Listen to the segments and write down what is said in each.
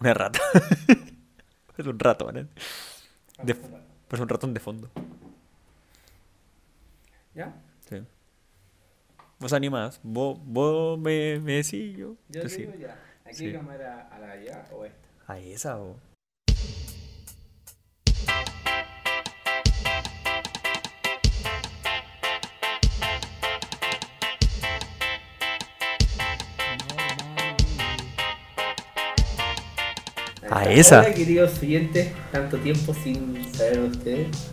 Una rata. es un rato, ¿vale? De- pues un ratón de fondo. ¿Ya? Sí. Vos animás, vos, vos me, me decís, yo. Yo te digo sigo. ya. ¿Aquí Pues Sí. cámara a la allá o esta? A esa, vos. A Hasta esa. Ahora, queridos oyentes, tanto tiempo sin saber de ustedes.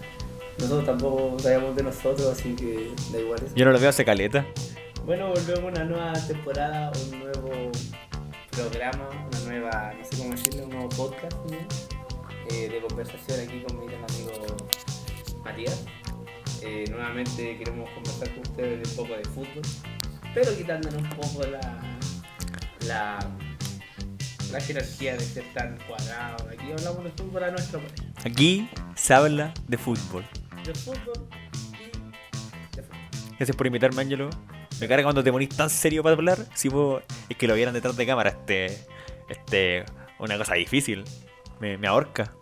Nosotros tampoco sabemos de nosotros, así que da igual eso. Yo no lo veo hace caleta. Bueno, volvemos a una nueva temporada, un nuevo programa, una nueva, no sé cómo decirlo, un nuevo podcast ¿no? Eh, de conversación aquí con mi gran amigo Matías. Eh, nuevamente queremos conversar con ustedes de un poco de fútbol, pero quitándonos un poco la, la, la jerarquía de ser tan cuadrado. Aquí hablamos de fútbol a nuestro manera. Aquí se habla de fútbol. De fútbol y de fútbol. Gracias por invitarme, Ángelo. Me carga cuando te ponís tan serio para hablar. Si vos, es que lo vieran detrás de cámara, este. Este. Una cosa difícil. Me, me ahorca.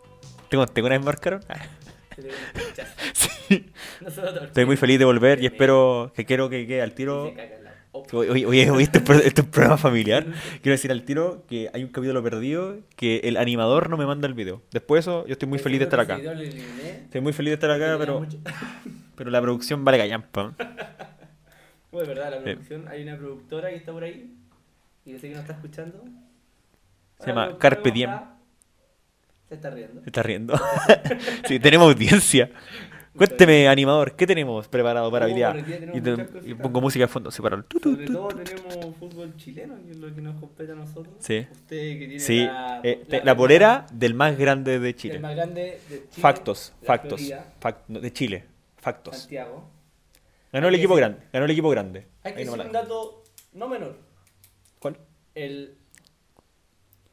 ¿Te conté que una vez me ahorcaron? Se le ven los pinchazos. sí. Nosotros Estoy muy feliz de volver y espero que quiero que quede al tiro. Se caga la- Oh, Oye, oye, oye, oye, este, es pro- este es un programa familiar. Quiero decir al tiro que hay un capítulo perdido que el animador no me manda el video. Después de eso, yo estoy muy feliz de estar acá. Estoy muy feliz de estar acá, pero, pero la producción vale callampa. Bueno, de verdad, la producción. Hay una productora que está por ahí. Y yo sé que no está escuchando. Se llama productora, Carpe ¿cómo Diem. está? Se está riendo. Se está riendo. sí, tenemos audiencia. Cuénteme, animador, ¿qué tenemos preparado para hoy Oh, día? hoy día tenemos Y, te- muchas cositas. y pongo música de fondo. Sí, para el tu, tu, Sobre tu. todo tenemos fútbol chileno, que es lo que nos compete a nosotros. Sí. Usted que tiene Sí, la, eh, te- la polera del más grande de El Chile. más grande de Chile. Factos, la factos. Florida, fac- no, de Chile, factos. Santiago. Ganó el Hay que equipo decir- grande. Ganó el equipo grande. Hay que Ahí decir nomás la- un dato no menor. ¿Cuál? El.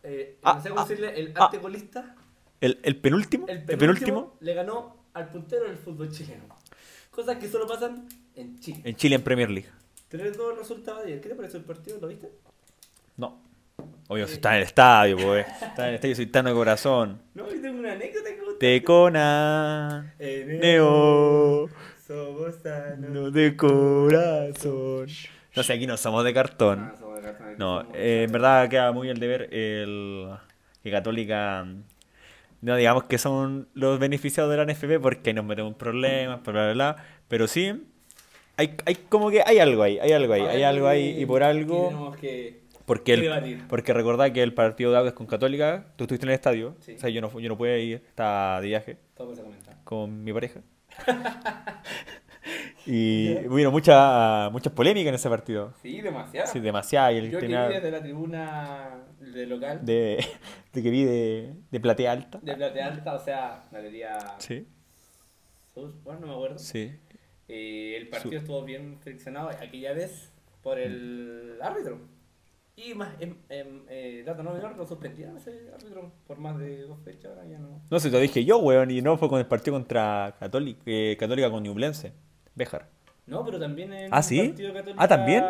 eh, Ah, no sé cómo ah, decirle, el ah. antegolista. ¿El, el penúltimo? El penúltimo le ganó al puntero del fútbol chileno. Cosas que solo pasan en Chile. En Chile, en Premier League. Tenés dos resultados ayer. ¿Qué te pareció el partido? ¿Lo viste? No. Obvio, si está en el estadio, pues. Está en el estadio, soy tano de corazón. No, yo tengo una anécdota que contar. Tecona. Eh, Neo. Somos sanos. No de corazón. No sé, aquí no somos de cartón. Ah, somos de cartón, No, somos eh, en sanos. verdad queda muy el deber el que Católica no digamos que son los beneficiados de la NFP porque ahí nos metemos en problemas, bla bla bla, pero sí hay, hay como que hay algo ahí, hay algo ahí, hay algo ahí y por algo Tenemos que. porque el- que debatir. porque recordá que el partido de Audax con Católica, tú estuviste en el estadio, Sí. o sea, yo no fu- yo no pude ir, estaba de viaje Todo se comenta. con mi pareja. y bueno, mucha mucha polémica en ese partido. Sí, demasiado. Sí, demasiada y el yo que vi tema- desde la tribuna de local, de, de, de que vi de, de platea alta. Platea Alta, o sea, galería Sí, sur, bueno, no me acuerdo. sí. Eh, el partido Su- estuvo bien friccionado aquella vez por el Mm. árbitro. Y más, em, em, eh, dato no menor, lo suspendieron a ese árbitro por más de dos fechas, ahora ya no. No sé, te lo dije yo, weón, y no fue con el partido contra Católica, eh, Católica con Ñublense, Béjar. No, pero también en ¿Ah, un sí? partido católica. Ah, ¿también?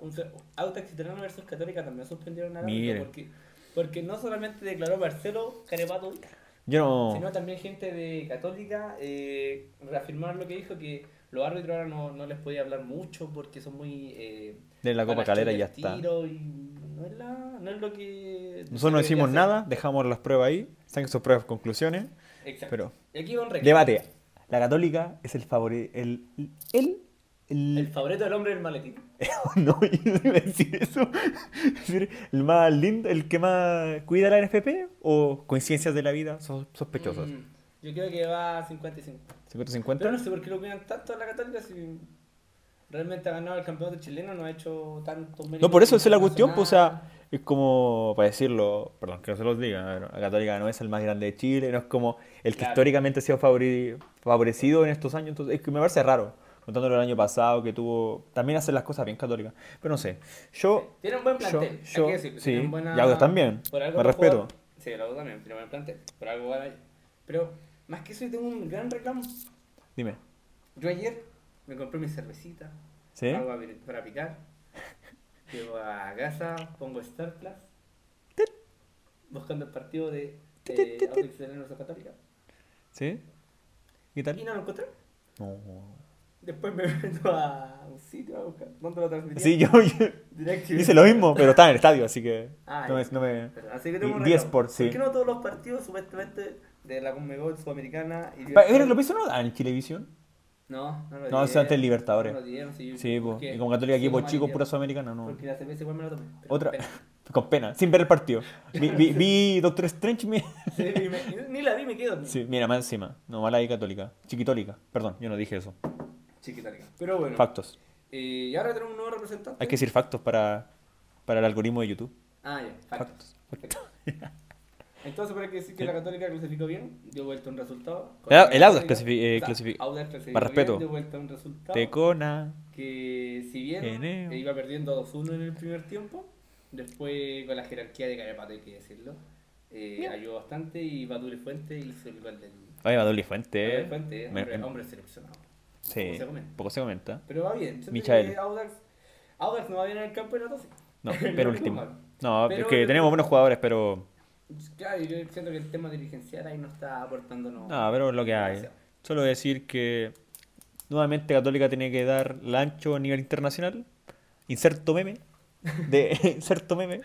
un se- Audax Italiano versus Católica también suspendieron al Mire. árbitro porque, porque no solamente declaró Marcelo Carepato, Yo no. sino también gente de Católica eh, reafirmaron lo que dijo que los árbitros ahora no, no les podía hablar mucho porque son muy. eh, de la Van Copa al Calera tiro ya al está. tiro y no, es la- no es lo que. Nosotros no decimos debería nada, dejamos las pruebas ahí, saquen sus pruebas conclusiones. ser. Exacto. pero- y aquí va un reclamo. Debate. La Católica es el favorito. El. El. el- El favorito del hombre del maletín. no, yo no iba a decir eso. Es decir, el más lindo, el que más cuida la NFP o coincidencias de la vida son sospechosas. Mm, yo creo que va a 55. 50-50. Pero no sé por qué lo cuidan tanto a la Católica si realmente ha ganado el campeonato chileno, no ha hecho tanto mérito. No, por eso esa es la cuestión, pues, o sea, internacional. es como, para decirlo, perdón que no se los diga, a ver, la Católica no es el más grande de Chile, no es como el que Claro. históricamente ha sido favori- favorecido en estos años, entonces es que me parece raro, contándolo el año pasado que tuvo, también hacen las cosas bien católicas, pero no sé, yo, Tiene un buen yo- plantel. hay yo- que decirlo, sí, tienen buena- y Audax también, por algo más los respeto. jugadores- Sí, el Audax también, tiene buen plantel. Por algo van allá. Pero más que eso, yo tengo un gran reclamo. dime, Yo ayer me compré mi cervecita, ¿sí? agua pi- para picar. Llego a casa, pongo Star Plus. buscando el partido de eh, Audax Italiano Rosa Católica. ¿Sí? ¿Qué Y tal? no lo encontré. No. Después me meto a un sitio a buscar. ¿Dónde lo transmitían? Sí, yo, yo DirecTV. hice lo mismo, pero estaba en el estadio, así que Ah, no me... ya. No me... Pero Así que tengo Y- un y reclamo. eSports, sí. ¿Por qué no todos los partidos supuestamente de la Conmebol Sudamericana y Pa- ¿Era lo mismo no daban en Chilevisión? No, no lo No, eso dieron. antes de Libertadores. No lo dieron, sí. Sí, po. porque- y como católica equipo porque chico, no pura me sudamericana, dieron, no. Porque la cerveza igual me la tomé. pero Otra, espera. con pena, sin ver el partido. Vi, vi, vi Doctor Strange y me... Sí, y me- ni la vi, me quedo. Sí, mira, más encima. No, mala y católica. Chiquitólica, perdón, yo no dije eso. Chiquita. Pero bueno. Factos. eh, y ahora tenemos un nuevo representante. Hay que decir factos para, para el algoritmo de YouTube. Ah, ya. Factos. Factos. Entonces, para que decir que la Católica clasificó bien, dio vuelta un resultado. El Au- el Audax Católica- clasifi- eh, o sea, clasifi- Audax clasificó más respeto. bien, dio vuelta un resultado. Tecona. que si bien Geneo. eh, iba perdiendo 2-1 en el primer tiempo, después con la jerarquía de Carapato, hay que decirlo, eh, ayudó bastante y Badure Fuente hizo el gol del... Oye, Madoli Fuente. Badure Fuente, eh, Me- hombre, me- hombre seleccionado. sí, Poco se comenta. poco se comenta. Pero va bien. siento Michael. que Audax, Audax no va bien en el campeonato, sí. No, No, pero último. no, no. No, Pero- es que tenemos buenos jugadores, pero. Pues, Claro, yo siento que el tema dirigencial ahí no está aportándonos. No, pero es lo que hay. demasiado. Solo decir que. Nuevamente Católica tiene que dar lancho a nivel internacional. Inserto meme. De inserto meme.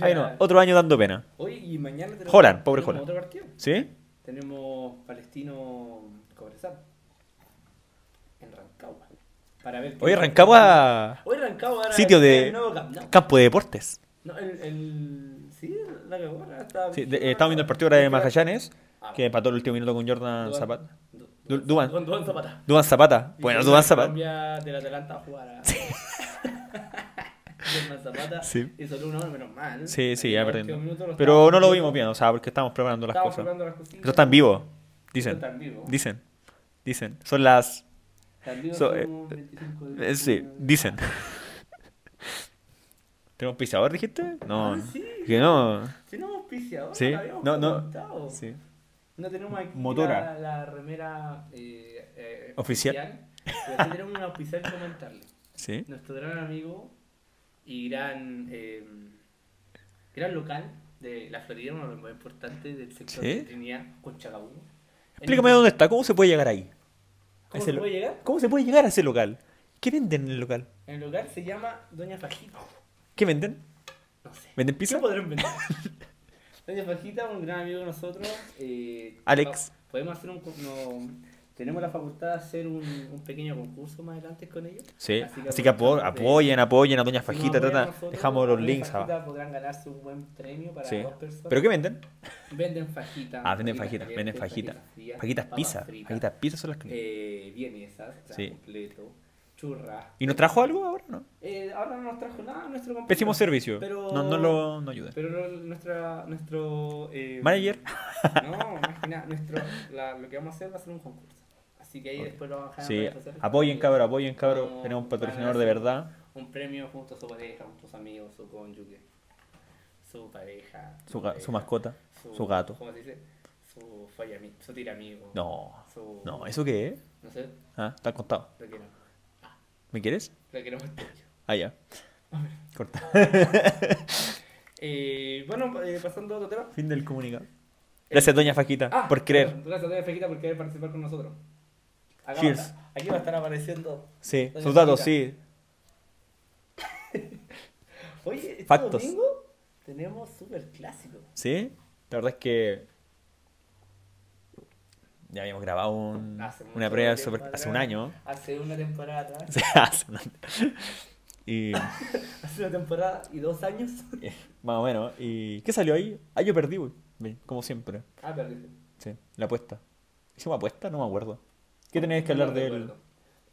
Ay, no. Claro. Otro año dando pena. Hoy y mañana tenemos, Holland, pobre tenemos Holland. otro partido. ¿Sí? Tenemos Palestino Cobresal en Rancagua. Para ver qué- Oye, Rancagua. Hoy Rancagua era- Sitio de- el nuevo Camp Nou. Campo de deportes. No, el, el- Sí, la cagó. ahora está- Sí, de- eh, estamos viendo el partido ahora de Magallanes. Ah, Que empató el último minuto con Jordan Duan- Zapata. Du- Du- Duan. Duan- Duan Zapata. Duan Zapata. Y Bueno, que Duan Zapata. Colombia del Atalanta a jugar a- Duan Zapata Sí. hizo el 1-1, menos mal. Sí, sí, Aquí ya los perdiendo. últimos minutos Pero estábamos no lo viendo. vimos bien, o sea, porque estábamos preparando las Estábamos cosas. preparando las cositas. Eso está en vivo, dicen. Esto está en vivo. Dicen. Dicen. Son las. Está en vivo, So, eh, somos 25 de eh, sí, junio. dicen. ¿Tenemos pisador, dijiste? No. Ah, sí. Que no. Si no hemos piciado, Sí. la habíamos No, no. comentado. Sí. No tenemos aquí Motora. La, la remera eh, eh, Oficial. Pero sí tenemos una oficial que comentarle. Sí. Nuestro gran amigo y gran, eh, gran local de la Florida, uno de los más importantes del sector Sí. de Trinidad, Conchacabuco. Explícame dónde está, cómo se puede llegar ahí. ¿Cómo ese se lo- puede llegar? ¿Cómo se puede llegar a ese local? ¿Qué venden en el local? El lugar se llama Doña Fajita. ¿Qué venden? No sé. ¿Venden ¿Qué pizza? podrán vender? Doña Fajita, un gran amigo de nosotros. eh, Alex. no, Podemos hacer un. co- no, tenemos la facultad de hacer un, un pequeño concurso más adelante con ellos. Sí. Así que apo- aprovechamos de- apoyen, apoyen a Doña si nos Fajita. apoyan trata- nosotros, Dejamos los Doña links Fajita abajo. podrán ganarse un buen premio para Sí. dos personas. ¿Pero qué venden? Venden fajita. Ah, venden fajitas fajitas, venden calientes, fajitas. fajitas frías, Fajitas papas pizza. fritas, Fajitas pizza son las que. Eh, vienesas, o sea, Sí. completo, churras. ¿Y nos trajo algo ahora? No. Eh, ahora no nos trajo nada nuestro compañero. Pésimo servicio. Pero- No, no lo no ayuda. Pero lo- nuestra, nuestro... eh, Manager. No, más que nada, nuestro, la- lo que vamos a hacer va a ser un concurso. Así que ahí Ok. después lo vamos a dejar en Sí, redes sociales para apoyen que- cabro, apoyen cabro. No, Tenemos un patrocinador van de a ser- verdad. Un premio junto a su pareja, junto a sus amigos, su cónyuge, su pareja. Su, ga- su pareja, mascota. Su gato. ¿Cómo se dice? Su follami- su tiramigo. No. Su, No, ¿eso qué es? No sé, Ah, está contado. lo que no. ¿Me quieres? Lo que no hemos dicho. Ah, ya. Corta. Eh, bueno, eh, pasando a otro tema. Fin del comunicado. Gracias, Doña Fajita, Ah, por creer. Gracias, Doña Fequita, por querer participar con nosotros. Acá Cheers. va a estar- aquí va a estar apareciendo. Sí, Doña sus datos, Fajita. sí. Oye, este Factos. domingo tenemos super clásico. Sí. La verdad es que. Ya habíamos grabado un- Hace mucho una prueba tiempo sobre- atrás. hace un año. Hace una temporada atrás. Hace un año. Y. Hace una temporada y dos años. Más o menos. ¿Y qué salió ahí? Ah, yo perdí, güey. Bien, Como siempre. Ah, perdiste. Sí, la apuesta. ¿Hicimos apuesta? No me acuerdo. ¿Qué tenéis que hablar No del. recuerdo.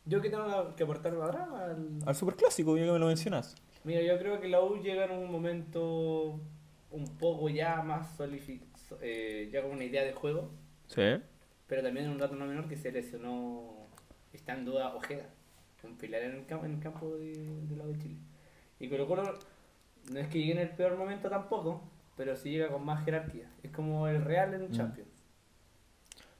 Yo que tengo que aportar ahora al- Al superclásico, ya que me lo mencionas. Mira, yo creo que la U llega en un momento un poco ya más solidificado, ya con una idea de juego, Sí. pero también en un dato no menor que se lesionó, está en duda Ojeda, un pilar en el, cam- en el campo de, de la U de Chile. Y Colo Colo no es que llegue en el peor momento tampoco, pero sí llega con más jerarquía. Es como el Real Mm. en Champions.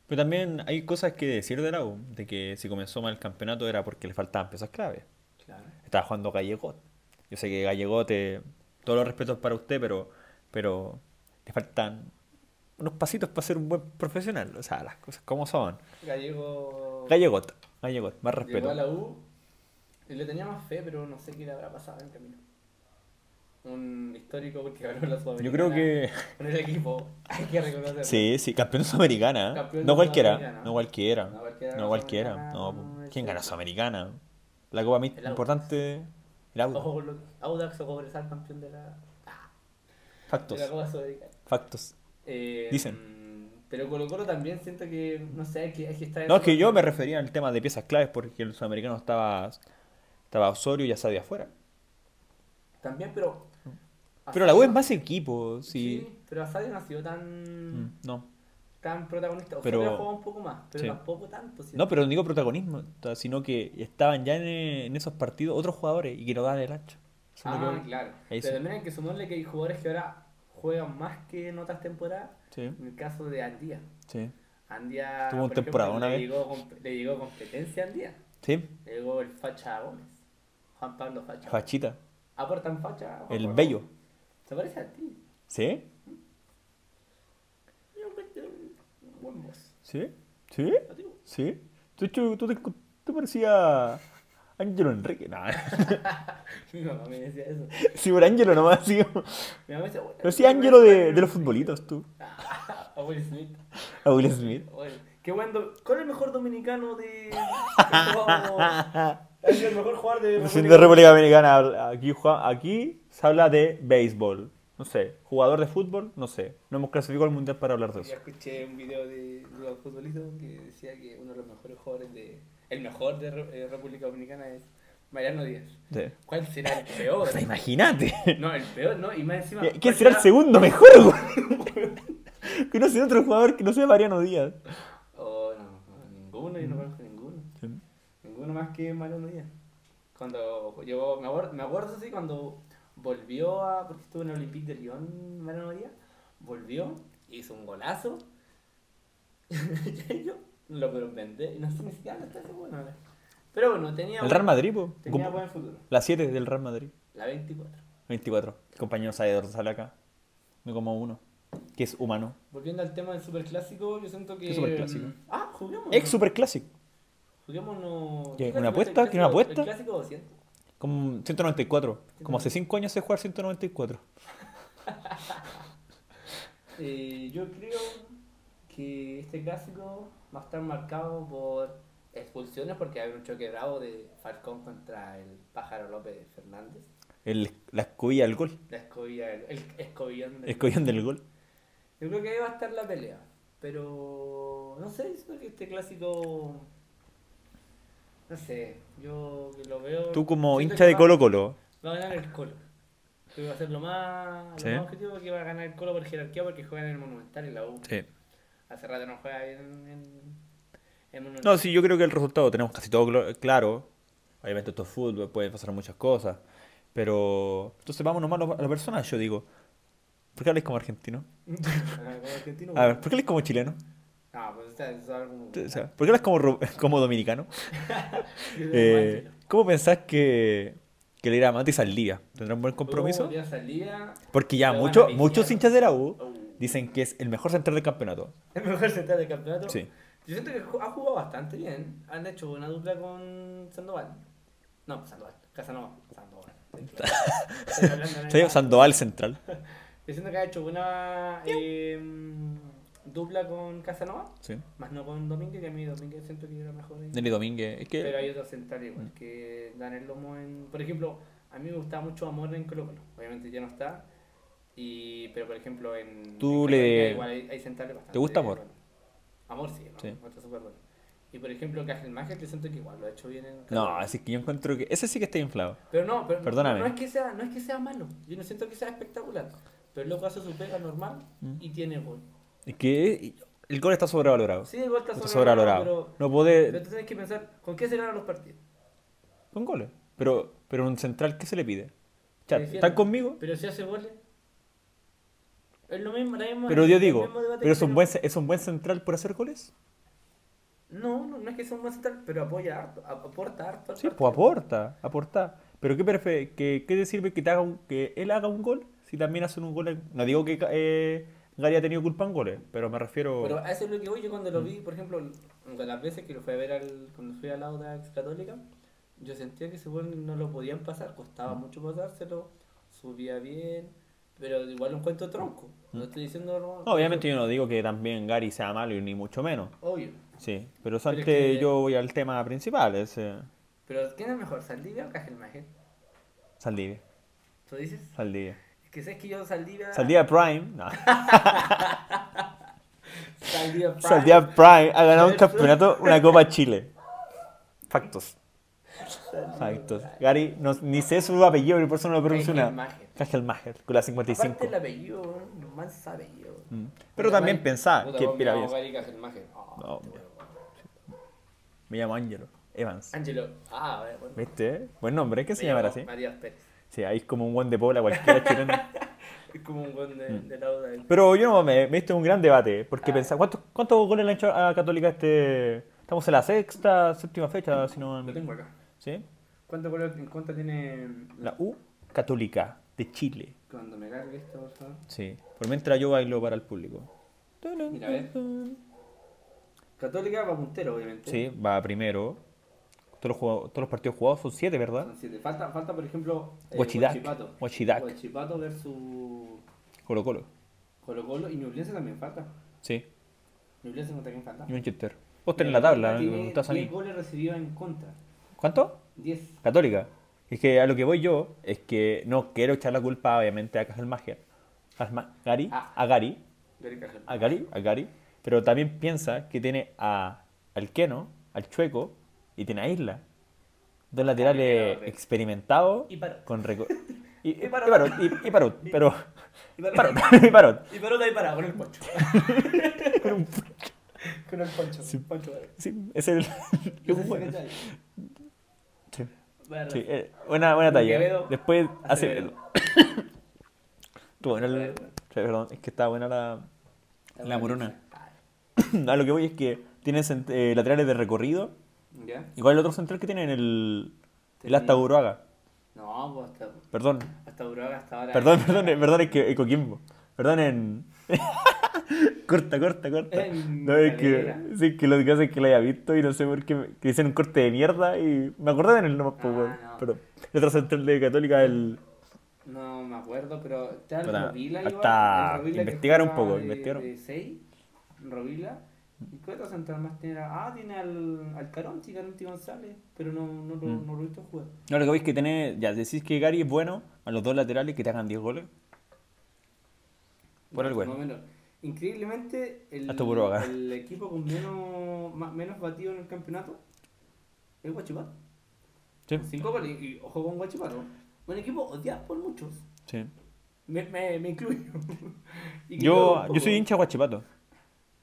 Pero también hay cosas que decir de la U, de que si comenzó mal el campeonato era porque le faltaban piezas clave. Claro. Estaba jugando Gallegot. Yo sé que Gallegot, eh, todos los respetos para usted, pero, pero le le faltan unos pasitos para ser un buen profesional. O sea, las cosas como son. Gallego. Gallegot, Gallegot, más Llegó a respeto. la U y le tenía más fe, pero no sé qué le habrá pasado en el camino. Un histórico porque ganó la Sudamericana. Yo creo que. Con el equipo, hay que reconocerlo. Sí, sí, campeón sudamericana. ¿eh? Campeón no, cualquiera, sudamericana. no cualquiera, No no cualquiera gana cualquiera. Sudamericana, No, no, po. es ¿Quién gana cierto. Sudamericana? La Copa más El Audax. importante. El Audax. Ojo, lo- Audax o Cobresal, campeón de la, de Factos, la Copa Sudamericana. factos. Eh, Dicen. Pero Colo Colo también siento que, no sé, hay que, hay que estar en No, esa es que yo parte. me refería al tema de piezas claves porque el sudamericano estaba, estaba Osorio y Asadi afuera. También, pero... Pero la U es Asadio- más equipo, sí. Sí, pero Asadio no ha sido tan, Mm, No. tan protagonista. O Pero- pero... jugado un poco más, pero sí. tampoco tanto. ¿sí? No, pero no digo protagonismo, sino que estaban ya en, en esos partidos otros jugadores y que no daban el ancho. Eso es lo que Ah, voy. claro. Ahí Pero sí. también hay que sumarle que hay jugadores que ahora juegan más que en otras temporadas. Sí, En el caso de Andía. sí. Andía. Tuvo un por ejemplo, temporada una le vez. Llegó, comp- le llegó competencia a Andía. Sí, Le llegó el Facha Gómez. Juan Pablo Facha. Fachita, Aportan Facha. a Juan el Pablo bello. Gómez. Se parece a ti. ¿Sí? Yo encuentro un buen voz. ¿Sí? ¿Sí? ¿A ti? ¿Sí? De hecho, tú, te, tú parecías a Ángelo Enrique. No, Mi mamá me decía eso. sí, por Ángelo nomás, sí. Mi mamá me decía, bueno, Pero sí, qué Ángelo buen de, dueño. de los futbolitos, tú. Ah, a Will Smith. A Will Smith. Bueno, qué buen do- ¿Cuál es el mejor dominicano de.? es el mejor jugador de. Siendo República Dominicana, aquí, jua- aquí se habla de béisbol. No sé, jugador de fútbol, no sé. No hemos clasificado al mundial para hablar de Yo eso. escuché un video de de los futbolistas que decía que uno de los mejores jugadores de. El mejor de Re- eh, República Dominicana es Mariano Díaz. Sí. ¿Cuál será el O peor? sea, imagínate. No, el peor, no, y más encima. ¿Quién ¿cuál será el segundo mejor, güey? Que no sea otro jugador que no sea Mariano Díaz. Oh, no, no, ninguno, yo no conozco ninguno. Ninguno más que Mariano Díaz. Cuando llegó, me acuerdo, me acuerdo sí, cuando volvió a. porque estuvo en el Olympique de Lyon, Mariano Díaz, volvió, hizo un golazo. y yo lo pudieron vender, y no sé ni siquiera dónde está ese bueno. ahora. Pero bueno, tenía. El buen- Real Madrid, po. Tenía Como- buen futuro. La 7 del Real Madrid. La 24. 24. El compañero Saedor sale acá. No como uno. Que es humano. Volviendo al tema del superclásico, yo siento que. ¿Qué superclásico? mm, Ah, juguemos. Ex superclásico. Juguemos no. ¿Qué, ¿Qué una clásico es apuesta? ¿Qué, el una clásico- el apuesta? clásico 200. Como 194. Como hace 5 años se juega al 194. Eh, yo creo que este clásico va a estar marcado por expulsiones porque hay un choque bravo de Falcón contra el pájaro López Fernández. El, la escobilla del gol. La escobilla, el, el escobillón. del- Escobillón del gol. Yo creo que ahí va a estar la pelea. Pero no sé, siento que este clásico. No sé, yo que lo veo. Tú como siento hincha que de va- Colo Colo. Va a ganar el Colo. Creo que va a ser lo más, lo Sí. más objetivo porque va a ganar el Colo por jerarquía porque juega en el Monumental y la U. Sí. Hace rato no juega bien en, en, en un- No, sí, yo creo que el resultado tenemos casi todo clo- claro. Obviamente esto es fútbol, pueden pasar muchas cosas. Pero... Entonces vamos nomás a lo- a la persona, yo digo. ¿Por qué habláis como argentino? Acá como argentino. A ver, ¿por qué habláis como chileno? No, pues está, es algo O sea, ¿Por qué hablas como, ru- como dominicano? Eh, ¿Cómo pensás que, que le irá a Mati Saldivia? ¿Tendrá un buen compromiso? Oh, Ya salía. Porque ya Lo van a muchos pillar. muchos hinchas de la U Uh. dicen que es el mejor central del campeonato. El mejor central del campeonato. Sí. Yo siento que ju- ha jugado bastante bien. Han hecho una dupla con Sandoval. No, Sandoval. Casanova. Sandoval. Estoy hablando Sí, de- Sandoval central. Yo siento que ha hecho buena eh, dupla con Casanova. Sí. Más no con Domínguez, que a mí Domínguez siento que era mejor. ahí. Nelly Domínguez. Es Pero que hay otros centrales igual que dan el lomo en. Por ejemplo, a mí me gustaba mucho Amor en Colo Colo. Obviamente ya no está. Y, pero por ejemplo en. Tú en le- Católica Igual hay, hay centrales bastante. gusta Amor? buenos. Amor sí, ¿no? Sí. Está súper bueno. Y por ejemplo, Cajelmacher, yo siento que igual lo ha hecho bien en. Colo No, Colo. así que yo encuentro que... Ese sí que está inflado. Pero no, pero no- Perdóname. No, es que sea, no es que sea malo. Yo no siento que sea espectacular. Pero el loco hace su pega normal Mm. y tiene gol. Es que el gol está sobrevalorado. Sí, el gol está Está sobrevalorado. sobrevalorado. Pero, No pero puede... tú tienes que pensar, ¿con qué se ganan los partidos? Con goles. Pero, pero un central, ¿qué se le pide? Chat, Prefiero- ¿están conmigo? Pero si hace goles. Es lo mismo, la misma- Pero yo el digo, mismo debate ¿pero que es un tenemos. buen, ce- es un buen central por hacer goles? No, no, no es que sea un buen central, pero apoya harto, ap- aporta harto. al Sí, partido. pues aporta, aporta. Pero ¿qué, prefe- qué, qué te sirve que, te haga un- que él haga un gol si también hacen un gol? en- No digo que ca- eh, Gary ha tenido culpa en goles, pero me refiero. Pero a eso es lo que voy. Yo cuando Mm. lo vi, por ejemplo, de las veces que lo fui a ver al, cuando fui a la otra ex católica, yo sentía que ese weón no lo podían pasar, costaba Mm. mucho pasárselo, subía bien, pero igual lo encuentro tronco. No estoy diciendo. No, Mm. obviamente yo no digo que también Gary sea malo y ni mucho menos. Obvio. Sí, pero Pero antes es que- yo voy al tema principal, es eh, Pero ¿quién es mejor, Saldivia o Cajelmaje? Saldivia. ¿Tú dices? Saldivia. Es que sabes que yo Saldivia. Saldivia Prime. No. Saldivia. Prime. Saldivia Prime ha ganado un Eso. campeonato, una Copa Chile. Factos. Saldivia Factos. Prime. Gary, no- ni sé su apellido, pero por eso no lo pronuncio nada. Cajelmacher. Kajelmacher, con la 55. Aparte el apellido, weón, no más apellido. Mm. Pero también pensá que mira, bien. No, No, mira. Me llamo Angelo Evans. Ángelo. Ah, bueno. ¿Viste? eh? Buen nombre, ¿qué se Me llamará llamo así? Matías Pérez. Sí, ahí es como un buen de bola cualquiera chileno. Es como un buen de, Mm. de la otra. Pero yo no me, me diste un gran debate, porque Ah. pensaba, ¿cuántos, ¿cuántos goles le han hecho a Católica este...? Estamos en la sexta, séptima fecha, si no... Lo tengo acá. ¿Sí? ¿Cuánto, color- ¿Cuánto tiene La U Católica de Chile. Cuando me cargue esto, por favor. Sí. Por mientras yo bailo para el público. Mira, a ver. Católica va puntero, obviamente. Sí, va primero. Todos los, jugado- todos los partidos jugados son siete, ¿verdad? Son siete. Falta, falta, por ejemplo, eh, Huachidac. Huachipato. Huachidac. Huachipato versus Colo Colo. Colo Colo. Y Ñublense también falta. Sí. Ñublense contra quién falta. Y Manchester. Vos tenés la tabla, ¿no? Tiene estás ahí. 10 goles recibidos en contra. ¿Cuánto? 10. Católica. Es que a lo que voy yo es que no quiero echar la culpa, obviamente, a Cajalmagia. Casma- Gary, Ah. a Gary, Gareca. a Gary, a Gary. Pero también piensa que tiene a, al Keno, al Chueco y tiene a Isla. Dos laterales Parot. experimentados. Y Parot. Con reco- y, y Y Parot. Parot. Y, y Parot, pero. Y Parot. Parot, y Parot. Y Parota ahí parado, con el poncho. con el poncho. Sí. poncho vale. Sí, es el. No sé si Bueno, cachai. sí, Bueno, sí, eh, buena, buena talla. Quevedo, Después hace. Acevedo. Estuvo buena la- Acevedo. Perdón, es que estaba buena la. La La buena Morona. pizza. A lo que voy es que tiene cent- eh, laterales de recorrido. ¿Ya? ¿Y cuál es el otro central que tiene? El, el Tenía- Asta Buruaga. No, pues hasta, Perdón. hasta Uruguay hasta ahora. Perdón, perdón, eh, perdón, es que es Coquimbo. Perdón, en. corta, corta, corta. En No, es que, Calera. sí, que lo que hace es que lo haya visto y no sé por qué. me- Que hicieron un corte de mierda y. Me acordé de él nomás, pues, Ah, weón. no. Perdón. El otro central de Católica, el. No me acuerdo, pero está el Para- Rovila hasta igual. el Rovila que investigar un jugaba poco, de- investigaron. De 6, Rovila. ¿Y qué otro central más tiene? Ah, tiene al, al Caronti, Caronti González, pero no, no, lo, Mm. no lo he visto jugar. No, lo que voy es que tiene. Ya, decís que Gary es bueno a los dos laterales que te hagan 10 goles. Por el Más o bueno. menos. Increíblemente, el, Hasta Buruaga. el equipo con menos, más- menos batido en el campeonato es Guachipato. Sí, Con Cinco goles, y, y ojo con Guachipato. Un equipo odiado por muchos. sí. Me, me, me incluyo. Y que Yo, un yo soy poco- hincha de Guachipato.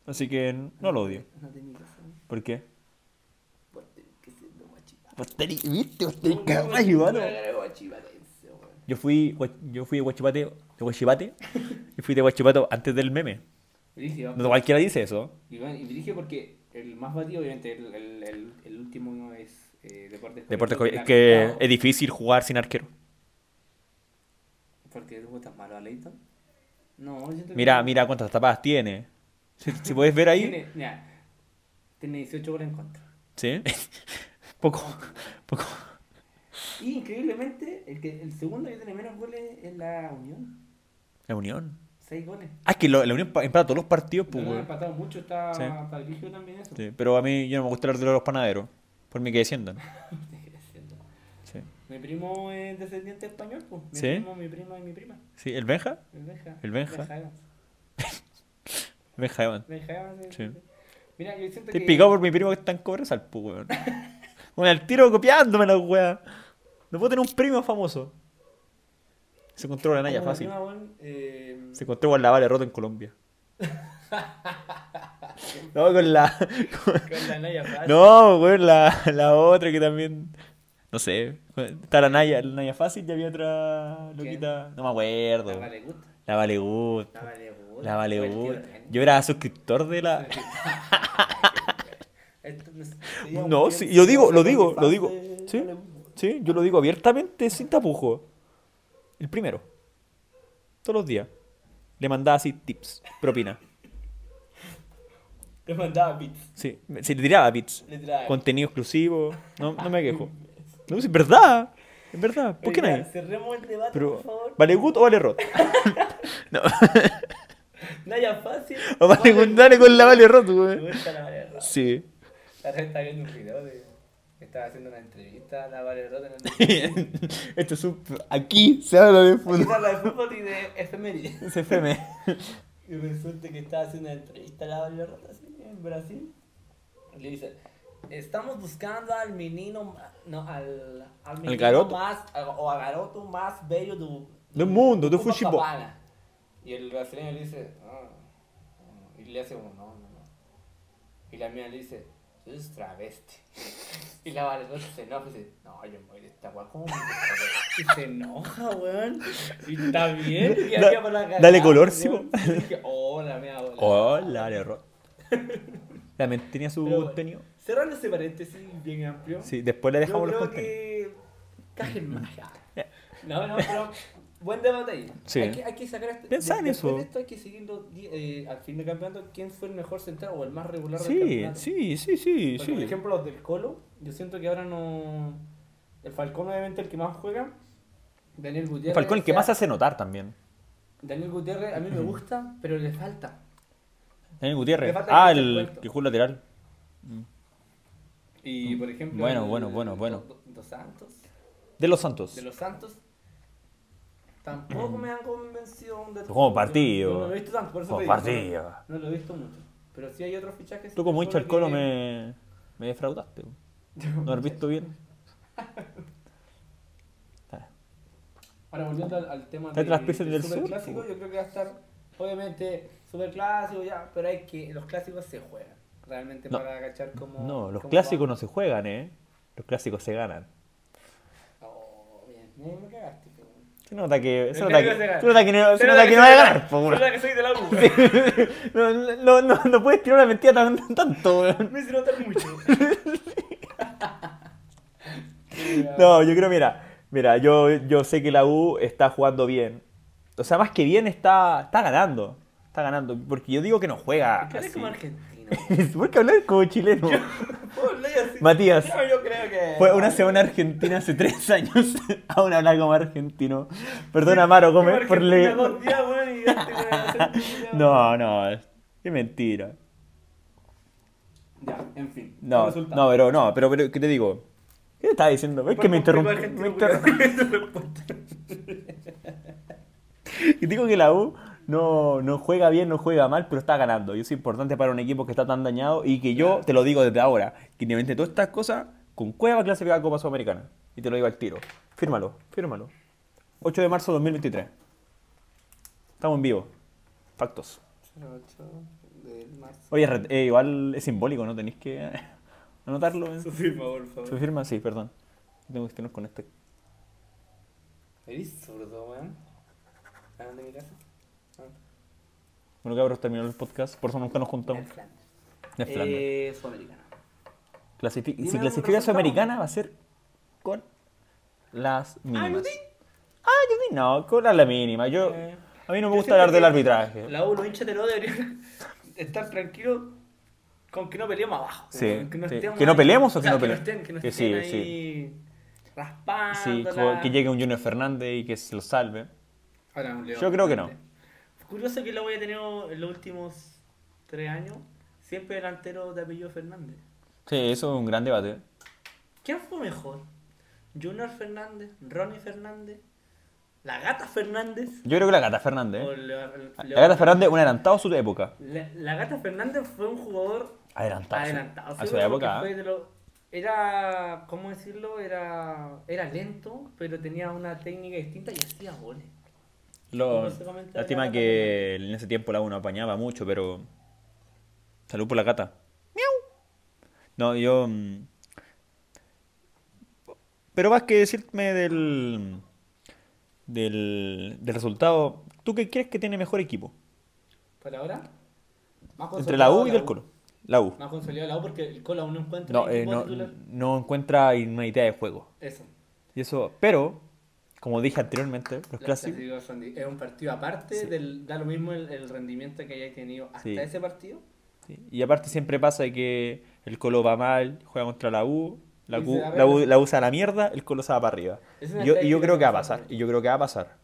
Así que no lo odio. No tenía razón. ¿Por qué? Por tener Pues, que ser de Guachipato. ¿Viste? ¿Cómo que no me- no me agarré guachipatense, weón? Yo fui, guach- yo fui de Guachipate, de Guachipate, y fui de Guachipato antes del meme. Brígido. No cualquiera dice eso. Y bueno, y dirige porque el más batido, obviamente, el, el, el, el último no es eh, Deportes Copiapó, Deportes Co- la es que cagó, es difícil jugar sin arquero. Porque tú tan malo a Leighton. No, yo siento que- Mira, mira cuántas tapadas tiene. Si, si puedes ver ahí, Tiene, mira, tiene 18 goles en contra. sí. Poco, poco. Y increíblemente, el, que, el segundo que tiene menos goles es la Unión. La Unión. 6 goles. Ah, es que lo- la Unión pa- empata todos los partidos, pues, No han güey. empatado mucho, está, Sí. está brígido también eso. Sí, Pero a mí yo no me gusta hablar de los panaderos, por mí que desciendan. Sí. Mi primo es descendiente español, pues. Mi ¿Sí? primo, mi prima y mi prima. Sí, ¿El Benja? El Benja. El Benja. Benja Evans. Benja Evans. Benja Evans, eh, Sí. Mira, yo siento Estoy que. picado por mi primo que está en Cobresal, po, weón. Bueno, al tiro copiándome la weá. No puedo tener un primo famoso. Se encontró la Naya Como fácil. mi prima, weón, eh, Se encontró con la Vale Rota en Colombia. No, con la. con- Con la Naya fácil. No, weón, la, la otra que también. No sé. Está la Naya, la Naya fácil y había otra loquita. No me La acuerdo. vale gusta. La Vale Good. La vale gusta. La Vale Fue el tío Good. Ren. Yo era suscriptor de la. Entonces, No, sí, yo digo, lo digo, lo digo. Vale, Sí, vale. sí, yo lo digo abiertamente, sin tapujo. El primero. Todos los días. le mandaba así tips, propina. Le mandaba beats. Sí, me- sí, le tiraba bits. Le tiraba beats. Contenido exclusivo. No, no me quejo. No, sí, es verdad. Es verdad. ¿Por qué Oiga, nadie? Cerremos el debate, por Pero, favor. ¿Vale Gut o vale Rot? no. Naya fácil. O vale Gut, dale con la vale Rot, Me güey. gusta la Vale Rota. Sí. La red está viendo un video de. Estaba haciendo una entrevista a la Vale Rota en el. Esto es un... Aquí se habla de Aquí se fútbol. habla de fútbol y de efemérides. Es FM. Y resulta que estaba haciendo una entrevista a la Vale Rota así, en Brasil. Y le dice: Estamos buscando al menino. ma- No, al. Al menino garoto. Más, o al garoto más bello do, Del mundo, do futebol. Copacabana". Y el brasileño le dice: "Ah". Y le hace como: No, no, no. Y la mía le dice: Tú eres travesti. Y la Vale Rota se enoja y dice: No, yo me voy de esta weá. ¿Cómo me voy de esta weá?" Y se enoja, weón. Y está bien. Y Da- había para la cagada, dale color, sí, weón. Y dije, Hola, mea, hola. Hola, Oh, vale Rot. También tenía su Pero bueno, contenido. Cerrando ese paréntesis bien amplio. Sí, después le yo dejamos los Mm. creo contenidos. que. Cajen magia. No, no, pero. Buen debate ahí. Sí. Hay que, hay que sacar esto. Pensá de- en después eso. de esto hay que seguirlo eh, al fin de campeonato. ¿Quién fue el mejor central o el más regular del Sí, campeonato? sí, sí, sí, Porque, sí. Por ejemplo, los del Colo, yo siento que ahora no. El Falcón, obviamente, el que más juega. Daniel Gutiérrez. Falcón, el que o sea, más se hace notar también. Daniel Gutiérrez a mí me gusta, pero le falta. Daniel Le Gutiérrez. falta Ah, que se el cuento. que jugó lateral. Y por ejemplo. Bueno, el- bueno, bueno, bueno. Do- Dos Santos. De los Santos. De los Santos. Tampoco me han convencido aún de Mm. Como partido. No, no lo he visto tanto, por eso Como te digo, partido. No, no lo he visto mucho. Pero sí hay otros fichajes. Tú como hincha mucho del Colo me, me defraudaste. po. No has visto bien. Ahora volviendo al, al tema Está tras Pieces del Sur, clásico, po. yo creo que va a estar, obviamente, super clásico ya, pero hay que, los clásicos se juegan. Realmente No. para agachar como. No, los clásicos no se juegan, ¿eh? Los clásicos se ganan. Oh, bien, me, me cagaste. po. Se nota que, se Los nota que, clásicos se ganan. se nota que no, se Se nota que no soy va a de la- ganar. pues, po, Se weón. nota que soy de la U. No, no, no, no puedes tirar una mentira tan, tanto. weón. Me hice notar mucho. No, yo creo, mira, mira, yo, yo sé que la U está jugando bien. O sea, más que bien está, está ganando. Está ganando. Porque yo digo que no juega. ¿Qué así. como argentino? ¿Por qué hablar como chileno? Puedo leer así. Matías. No, yo creo que. Fue una semana argentina hace tres años. Aún habla como argentino. Perdona, Maro Gómez, por le... Dos días, weón, y este weón hace- No, no, es- qué mentira. Ya, en fin. No, Resultado. no, pero no, pero, pero ¿qué te digo? ¿Qué te estaba diciendo? Es que me Fue el interrumpe. público Me argentino, interrumpe. Y digo que la U no, no juega bien, no juega mal, pero está ganando. Y eso es importante para un equipo que está tan dañado y que yo te lo digo desde ahora. Que independiente de todas estas cosas, con Cueva va a clasificar a Copa Sudamericana. Y te lo digo al tiro. Fírmalo, fírmalo. 8 de marzo de 2023. Estamos en vivo. Factos. 08 del marzo. Oye, re- eh, igual es simbólico, ¿no? Tenéis que anotarlo. ¿eh? Su firma, por ¿Su favor. firma? Sí, perdón. Tengo que tener con este. Eres zurdo, weón. ¿A dónde mi casa? Ah, Bueno, cabros, terminó el podcast. Por eso nunca nos juntamos. Ned Flanders. De Flandes. Eh, Sudamericana. Clasifi- Dime si algún clasifica a resultado. Sudamericana va a ser con las mínimas. Ah, yo di- no, con la, la mínima. Yo, Eh, a mí no me yo gusta siento hablar del que arbitraje. La U, los hinchas de no deberían estar tranquilos con que no peleemos abajo. Sí, con sí. estemos ¿Que no ahí- peleemos o que sea, no que pele- estén- Que no que sí, estén ahí raspando. Sí, como que llegue un Junior Fernández y que se lo salve. Yo creo que no. Curioso que la U haya tenido en los últimos tres años siempre delantero de apellido Fernández. Sí, eso es un gran debate. ¿Quién fue mejor? ¿Junior Fernández? ¿Ronnie Fernández? ¿La Gata Fernández? Yo creo que la Gata ¿O Fernández. ¿eh? Leo- La Gata Fernández, un adelantado a su época. La, la Gata Fernández fue un jugador Adelantado. a su- adelantado. A sí, su porque época. fue ¿eh? de lo- era, ¿cómo decirlo? Era, era lento, pero tenía una técnica distinta y hacía goles. Lo, como se comenta la lástima Gata que en ese tiempo la uno apañaba mucho, pero. Salud por la gata. No, yo. mm, Pero más que decirme del. Del, del resultado, ¿tú qué crees que tiene mejor equipo? Por ahora, más Entre la U y del del Colo. La U. Más consolidado la U porque el Colo aún no encuentra No, eh, equipo no, titular. no encuentra una idea de juego. Eso. Y eso, pero como dije anteriormente, los Los clásicos. clásicos son di- es un partido aparte, Sí. del, da lo mismo el, el rendimiento que hayáis tenido hasta Sí. ese partido. Sí, Y aparte siempre pasa que el Colo va mal, juega contra la U, la, Y Q- se la la U, pela. la U se a la mierda, el Colo se va para arriba. Es una Y yo, y yo estadística creo que va a que pasa pasar, mucho. y yo creo que va a pasar.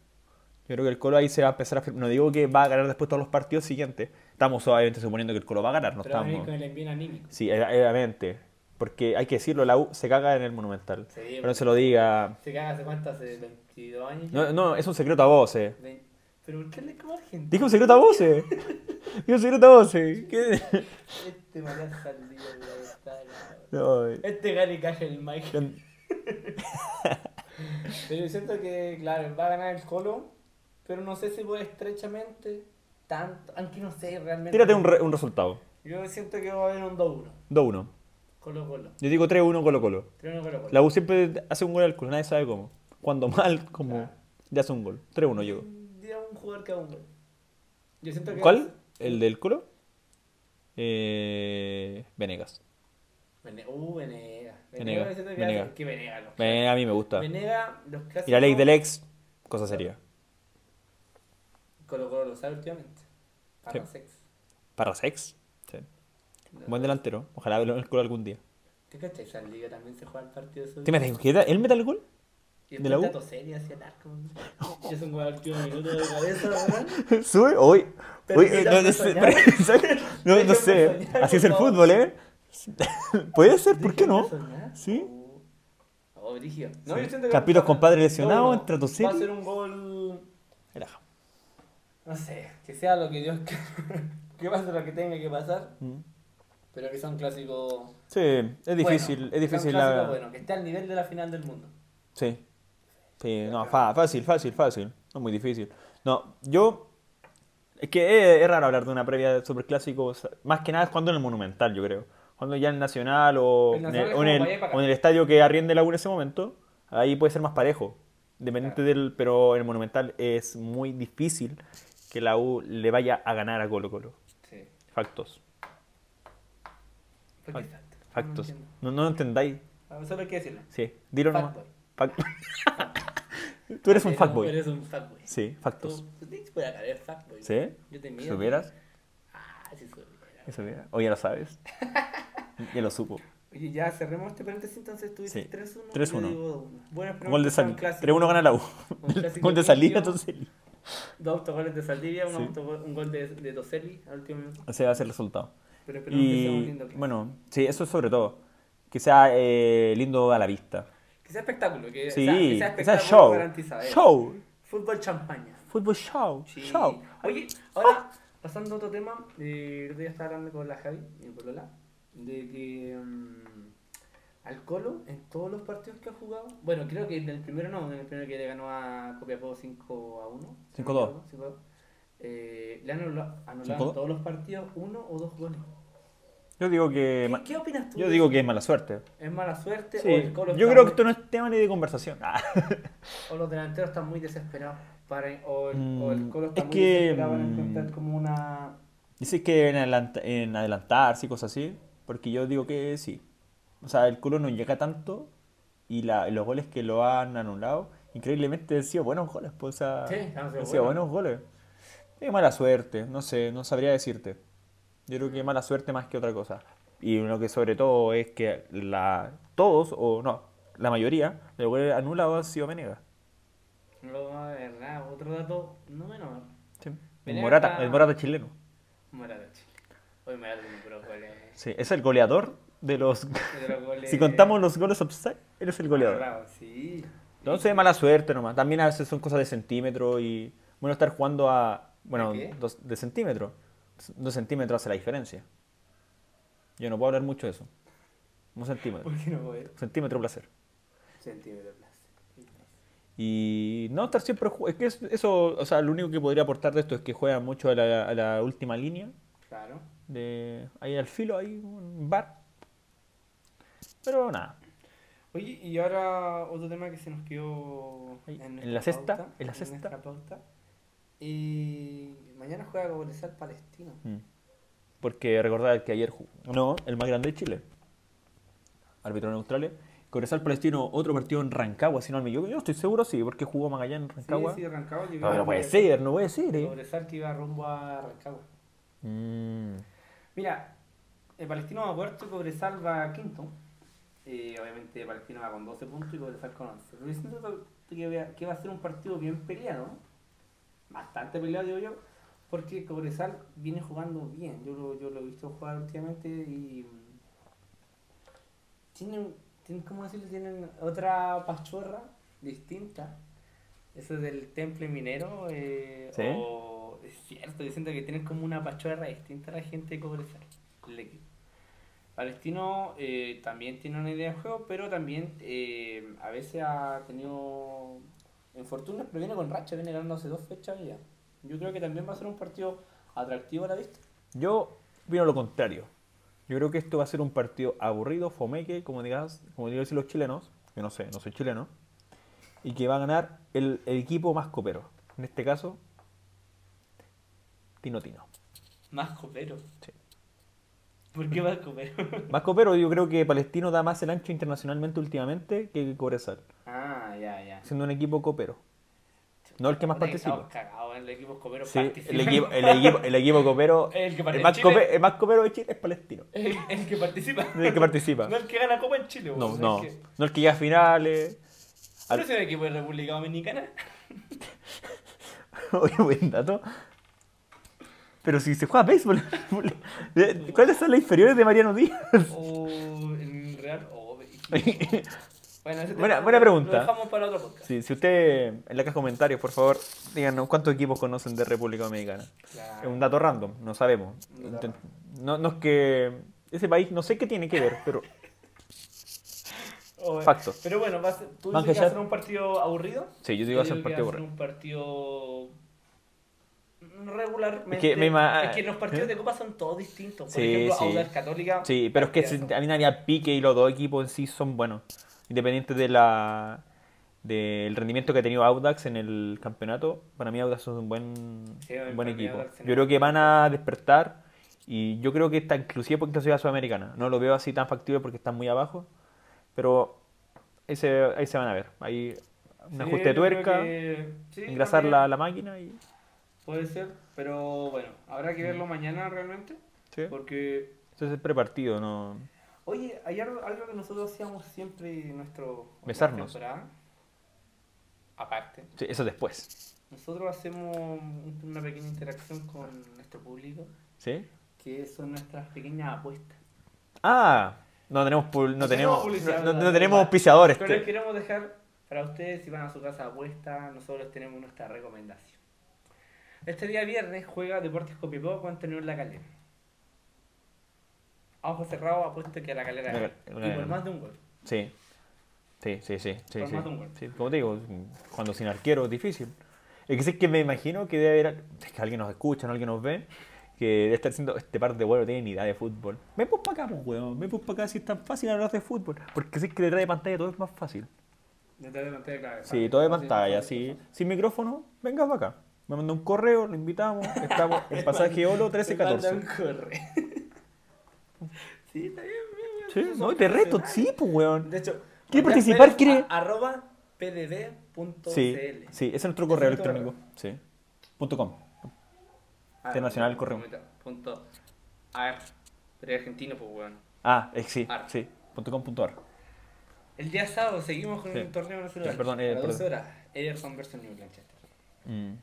Yo creo que el Colo ahí se va a empezar a... afir- No digo que va a ganar después todos los partidos siguientes. Estamos obviamente suponiendo que el Colo va a ganar, no pero va a venir estamos... con el envío anímico. Sí, eh, obviamente. Porque hay que decirlo, la U se caga en el Monumental. Sí, Pero no porque- se lo diga... Se caga hace cuánto, hace 22 años. ya. No, no, es un secreto a voces. Ve- Pero ¿por qué le como Argentina? Dije un secreto a voces. Dije un secreto a voces. ¿Qué? Este María Saldía de la ventana. No, eh. Este Gary cae el Mike. Pero yo siento que, claro, va a ganar el Colo, pero no sé si voy estrechamente tanto, aunque no sé realmente. Tírate un, re- un resultado. Yo siento que va a haber un 2-1. 2-1. Colo Colo. Yo digo 3-1 Colo Colo. Creo que Colo Colo. La U siempre hace un gol al Colo, nadie sabe cómo. Cuando mal, como le hace un gol. 3-1 llegó. Diría Mm, un jugador que haga un gol. Yo siento que. ¿Cuál? ¿El del Colo? Eh, Venegas. Vene- Uh, Venega. Venega, Venega. yo siento que Venega. hace- Que Venega. los- Venegas Eh, a mí me gusta. Venega, los clásicos. Y la ley del ex, cosa seria. Colo Colo lo sabe últimamente. Sí. Panasex. Parrasex. Sí. Buen delantero. Ojalá vea el Colo algún día. ¿Qué cachai? Esa liga también se juega el partido sobre. ¿Te imaginas que él meta el gol? Y de la después U? Tato Seri hacia el arco. Es un jugador que un minuto de cabeza, ¿verdad? Sube, hoy. Pero Hoy, eh, sí, no, no déjame sé, soñar. no, no Déjame sé. soñar, Así es por el favor. fútbol, ¿eh? Puede ser, ¿por qué Déjenme no? soñar. Sí. Oh, oh, brígido. No, Sí. yo siento que- Capitos, compadre lesionado, No, no. entra Tato Va a Seri. ser un gol. Relaja. No sé, que sea lo que Dios. quiera. que pase lo que tenga que pasar. Mm. Pero que sea un clásico. Sí, es difícil, bueno, es difícil que sea un clásico la bueno, que esté al nivel de la final del mundo. Sí. Sí, no, fa- fácil, fácil, fácil. No muy difícil. No, yo es que es, es raro hablar de una previa de superclásico, o sea, más que nada es cuando en el Monumental, yo creo. Cuando ya en Nacional o El en el, Nacional es o en como el- para allá y para acá. o en el estadio que arriende la U en ese momento, ahí puede ser más parejo. Dependiente del, pero en el Monumental es muy difícil que la U le vaya a ganar a Colo Colo. Sí. Factos, ¿Por Fact- qué tanto? No factos. entiendo. No, no lo entendáis. Ah, Solo hay que decirlo. Sí, dilo nomás. Fuckboy. Fact- Tú eres un fuckboy. Eres un fuckboy. Sí, factos. Tú, tú tienes por la cara de fuckboy. ¿Sí? Yo te Si miro. ¿Supieras? Ah, sí supiera. si supiera. O ya lo sabes. ya lo supo. Oye, ya cerremos este paréntesis, entonces tú dices Sí. 3-1. 3-1. yo digo 2-1. Buenas Gol de preguntas, un salida. clásico. 3-1 gana la U. Un clásico Gol de salida, limpio. entonces. Dos autogoles de Saldivia, un, Sí. autogol- un gol de, de Toselli al último minuto. Ese va a ser el resultado. Pero esperamos que sea un Y lindo clásico. bueno, sí, eso es sobre todo. Que sea eh, lindo a la vista. Que sea espectáculo, que, Sí, sea, que sea que sea espectáculo show. garantizado. eh. Show. Fútbol champaña. Fútbol show. Sí. Show. Oye, ahora, pasando a otro tema, eh, el otro día estaba hablando con la Javi, mi polola, de que mm, al Colo, en todos los partidos que ha jugado, bueno, creo que en el primero no, en el primero que le ganó a Copiapó 5 a 1. 5-2. 5 a 2. Eh, le han anula- anulado 5-2. en todos los partidos uno o dos goles. Yo digo que. ¿Qué, Eh, ma- qué opinas tú? Yo de digo eso? que es mala suerte. ¿Es mala suerte Sí. o el Colo Yo está creo que muy- esto no es tema ni de conversación. Ah. o los delanteros están muy desesperados para, o, el, o el Mm, Colo está es muy que, desesperado para mm, encontrar como una... Dices que en, adelanta- en adelantarse y cosas así, porque yo digo que sí. O sea, el culo no llega tanto y la- los goles que lo han anulado, increíblemente han sido buenos goles. Pues, o sea, Sí, han sido buenos goles. Es mala suerte, no sé, no sabría decirte. Yo creo que mala suerte más que otra cosa. Y lo que sobre todo es que la, todos, o no, la mayoría de los goles anulados han sido Venegas. No, de verdad, otro dato no menor. Sí. El Venegas Morata, está- el Morata chileno. Morata Chile. Hoy Morata tiene puros goles. Sí, es el goleador de los... de los goles- Ah, Si contamos los goles offside, eres el goleador. Agarrado, Sí. Entonces, mala suerte nomás. También a veces son cosas de centímetro y. Bueno, estar jugando a. Bueno, ¿De qué? dos- de centímetro. Dos centímetros hace la diferencia. Yo no puedo hablar mucho de eso. Un centímetro. ¿Por qué no puede? Un centímetro placer. Centímetro plaza. Y no estar siempre. ju- Es que es- eso. O sea, lo único que podría aportar de esto es que juegan mucho a la, a la última línea. Claro. De, ahí al filo, ahí un bar. Pero nada. Oye, y ahora otro tema que se nos quedó Ahí, en nuestra la cesta, pauta, en la cesta. nuestra pauta. Y mañana juega Cobresal Palestino. Mm. Porque recordar que ayer jugó. No, el más grande de Chile. Árbitro neutrales. Cobresal Palestino, otro partido en Rancagua, si no me equivoco. Yo estoy seguro, sí, porque jugó Magallanes en Rancagua. Sí, sí, Rancagua. No, que iba no puede rumbo- ser, no puede ser, eh. Cobresal que iba rumbo a Rancagua. Mm, Mira, el Palestino va cuarto, Cobresal va quinto. Eh, obviamente el Palestino va con 12 puntos y Cobresal con 11. Pero yo siento que, vea- que va a ser un partido bien peleado, bastante peleado digo yo, porque Cobresal viene jugando bien. Yo lo, yo lo he visto jugar últimamente y mm, tienen, tienen ¿cómo decirlo? Tienen otra pachorra distinta. Eso del temple minero, eh, ¿Sí? o- es cierto, yo siento que tienen como una pachorra distinta a la gente de Cobresal, el equipo. Palestino eh, también tiene una idea de juego, pero también eh, a veces ha tenido infortunios, pero viene con racha, viene ganándose dos fechas y ya. Yo creo que también va a ser un partido atractivo a la vista. Yo opino lo contrario. Yo creo que esto va a ser un partido aburrido, fomeque, como digas, como digo los chilenos, que no sé, no soy chileno, y que va a ganar el, el equipo más copero. En este caso, Tino Tino. Más copero. Sí. ¿Por qué más copero? Más copero, yo creo que Palestino da más el ancho internacionalmente últimamente que Cobresal, ah, ya, ya. siendo un equipo copero. No el que más Puta que participa. estamos cagados en el equipo copero. Sí, el participa. equipo, el equipo, el equipo copero, El que el participa. más cope- el más copero de Chile es Palestino. El, el que participa. El que participa. No el que gana Copa en Chile. No, vos, no. el que- No el que llega a finales. Al- Pero si un equipo de República Dominicana. Oye, buen dato. Pero si se juega béisbol. De- ¿Cuáles son las inferiores de Mariano Díaz? O en Real. O... Bueno, ese Buena- tema buena lo- pregunta. Lo dejamos para otro podcast. Sí, si usted en la caja de comentarios, por favor, díganos cuántos equipos conocen de República Dominicana. Es Claro. un dato random, no sabemos. Un dato Intent- No, no es que. Ese país, no sé qué tiene que ver, pero. O- facto. Pero bueno, va a ser, tú Van dices que va Hachad. a ser un partido aburrido. Sí, yo digo hacer un que partido va a ser aburrido. un partido regular. Es que me ima- es que los partidos de Copa son todos distintos. Por Sí, ejemplo, sí. Audax Católica. Sí, pero es que se- partidazo. también había pique y los dos equipos en sí son buenos. Independiente de la del rendimiento que ha tenido Audax en el campeonato, para mí Audax es un buen, Sí, un para buen mí equipo. Audax tiene- Yo creo que van a despertar y yo creo que está inclusive por clasificar a Sudamericana. No lo veo así tan factible porque están muy abajo, pero ahí se, ahí se van a ver. Hay un Sí, ajuste de yo creo tuerca, que- sí, engrasar también la, la máquina y... Puede ser, pero bueno, habrá que verlo mañana realmente. Sí. Porque Eso es el prepartido, ¿no? Oye, hay algo, algo que nosotros hacíamos siempre en nuestro en Besarnos. nuestra temporada. Aparte, Sí, eso es después. nosotros hacemos un- una pequeña interacción con nuestro público, ¿Sí? que son nuestras pequeñas apuestas. Ah, no tenemos pul- no tenemos publicidad, no, no- no ¿verdad? tenemos auspiciadores. Pero les te- queremos dejar para ustedes, si van a su casa apuesta, nosotros tenemos nuestra recomendación. Este día viernes juega Deportes Copipó contra Unión La Calera. A ojo cerrado apuesto que a La Calera La gana. Cal- la Y por gana. más de un gol. Sí. Sí, sí, sí, sí, Por sí. más de un gol. Sí, Como te digo, cuando sin arquero es difícil. Es que sí que me imagino que debe haber es que alguien nos escucha, ¿no? alguien nos ve, que debe estar diciendo, este par de huevos no tiene ni idea de fútbol. Me pus para acá, pues, huevón, me pus para acá si es tan fácil hablar de fútbol. Porque si es que detrás de pantalla todo es más fácil. Detrás de pantalla, claro. Sí, todo de Fácil, pantalla, fácil, sí. Sin micrófono, venga para acá. Me manda un correo, lo invitamos, estamos en pasaje Olo Te manda 1314. un correo. sí, está bien, bien, bien. Sí, Eso no, y es te reto, profesional. sí, pues, weón. De hecho, ¿Quiere Juan participar? Pérez, ¿Quiere? a- Arroba pdb.cl. Sí, sí, ese es nuestro correo Ese es nuestro electrónico. Sí. Punto com. Ah, Internacional no, Correo. no, Punto. A ver, sería argentino, pues, weón. Ah, eh, sí, Ar. sí. Punto com, punto ar. El día sábado seguimos con Sí. un torneo nacional. Ya, perdón, a eh, las perdón. 12 horas. Everton versus New Manchester. Mm.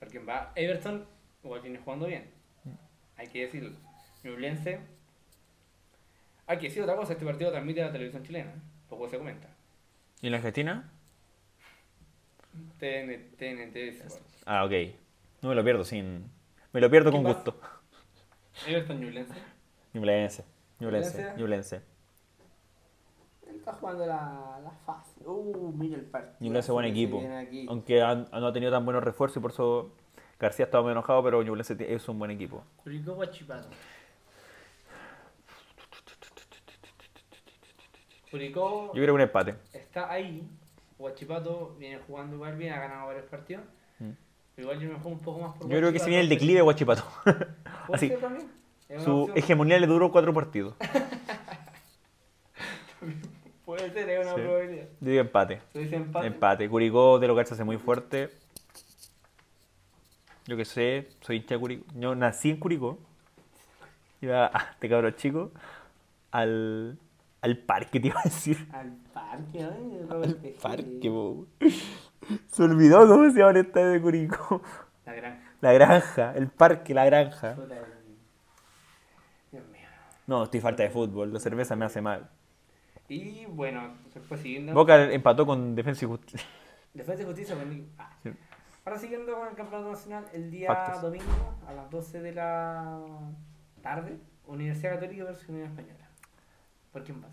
Por quien va, Everton igual viene jugando bien. Mm. Hay que decirlo. Nublense. Hay que decir otra cosa, este partido transmite la televisión chilena. ¿eh? Poco se comenta. ¿Y en la Argentina? TN TNT Sport. Ah, ok. No me lo pierdo sin. Me lo pierdo con ¿Quién va? gusto. Everton Newlense. Ñublense. Ñublense. ¿Ñublense? Ñublense. Está jugando la, la fase. Uh, mira el partido. Ñublense buen que se equipo. viene aquí. Aunque han- no ha tenido tan buenos refuerzos y por eso García estaba muy enojado, pero Ñublense te- es un buen equipo. Curicó Guachipato. Curicó Yo creo que un empate. está ahí. Guachipato viene jugando igual bien, ha ganado varios partidos. Mm. Pero igual yo me juego un poco más por Yo creo que se Guachipato, viene el pero- declive de Guachipato. ¿Puede Así, ser también? Es una su opción. hegemonía le duró cuatro partidos. parecer es una Sí. probabilidad. Yo digo empate. ¿Tú dices empate? Empate. Curicó de lo que hace muy fuerte. Yo que sé, soy hincha de Curicó. Yo nací en Curicó. Iba a este cabrón chico al, al parque, te iba a decir. Al parque, ¿eh? Al Robert, parque, eh, po. Se olvidó cómo se llama el estadio de Curicó. La granja. La granja, el parque, la granja. Puta, el- Dios mío. No, estoy falta de fútbol, la cerveza me hace mal. Y bueno, se fue siguiendo. Boca empató con Defensa y Justicia. Defensa y Justicia, vendí. Ah. Sí. Ahora siguiendo con el campeonato nacional, el día Factos. domingo a las 12 de la tarde, Universidad Católica versus Unión Española. ¿Por quién vas?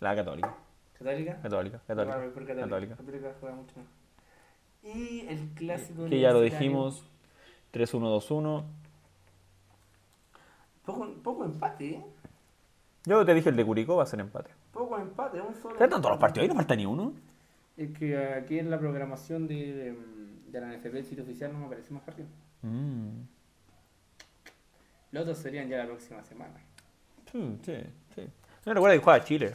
La Católica, ¿Católica? Católica, Yo Católica. voy por Católica. Católica. Católica juega mucho más. Y el clásico. Que ya lo universitario. dijimos, 3-1-2-1. Poco, poco empate, ¿eh? Yo te dije el de Curicó va a ser empate. Poco empate, un solo. ¿Están todos los empate. partidos? Ahí no falta ni uno. Es que aquí en la programación de, em, de la NFP, el sitio oficial, no me aparece más partido. Mm. Los otros serían ya la próxima semana. Sí, sí, sí. No me recuerda que juega Chile.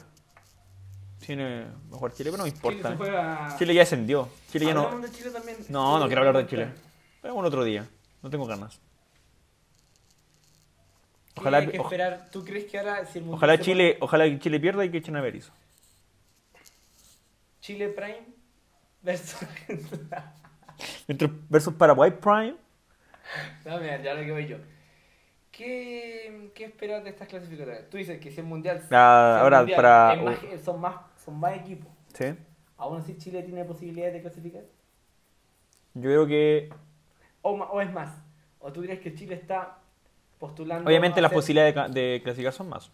Tiene mejor Chile, pero no me Chile se importa. juega. Chile ya ascendió. Chile ya Hablamos no. de Chile también. No, no quiero hablar de Chile. Pero un otro día. No tengo ganas. ¿Qué Ojalá, hay que oj- esperar. ¿Tú crees que ahora si el Mundial ojalá se Chile, ojalá que Chile pierda y que echen a Berizzo. pone Chile Prime versus Argentina? Entre versus Paraguay Prime. No, mira, ya lo que voy yo. ¿Qué, qué esperas de estas clasificatorias? Tú dices que si el mundial. si el Ah, ahora mundial para- es más- son, más, son más equipos. Sí. ¿Aún así Chile tiene posibilidades de clasificar? Yo creo que O, ma- o es más? ¿O tú crees que Chile está postulando. obviamente a las ser- posibilidades de ca- de clasificar son más.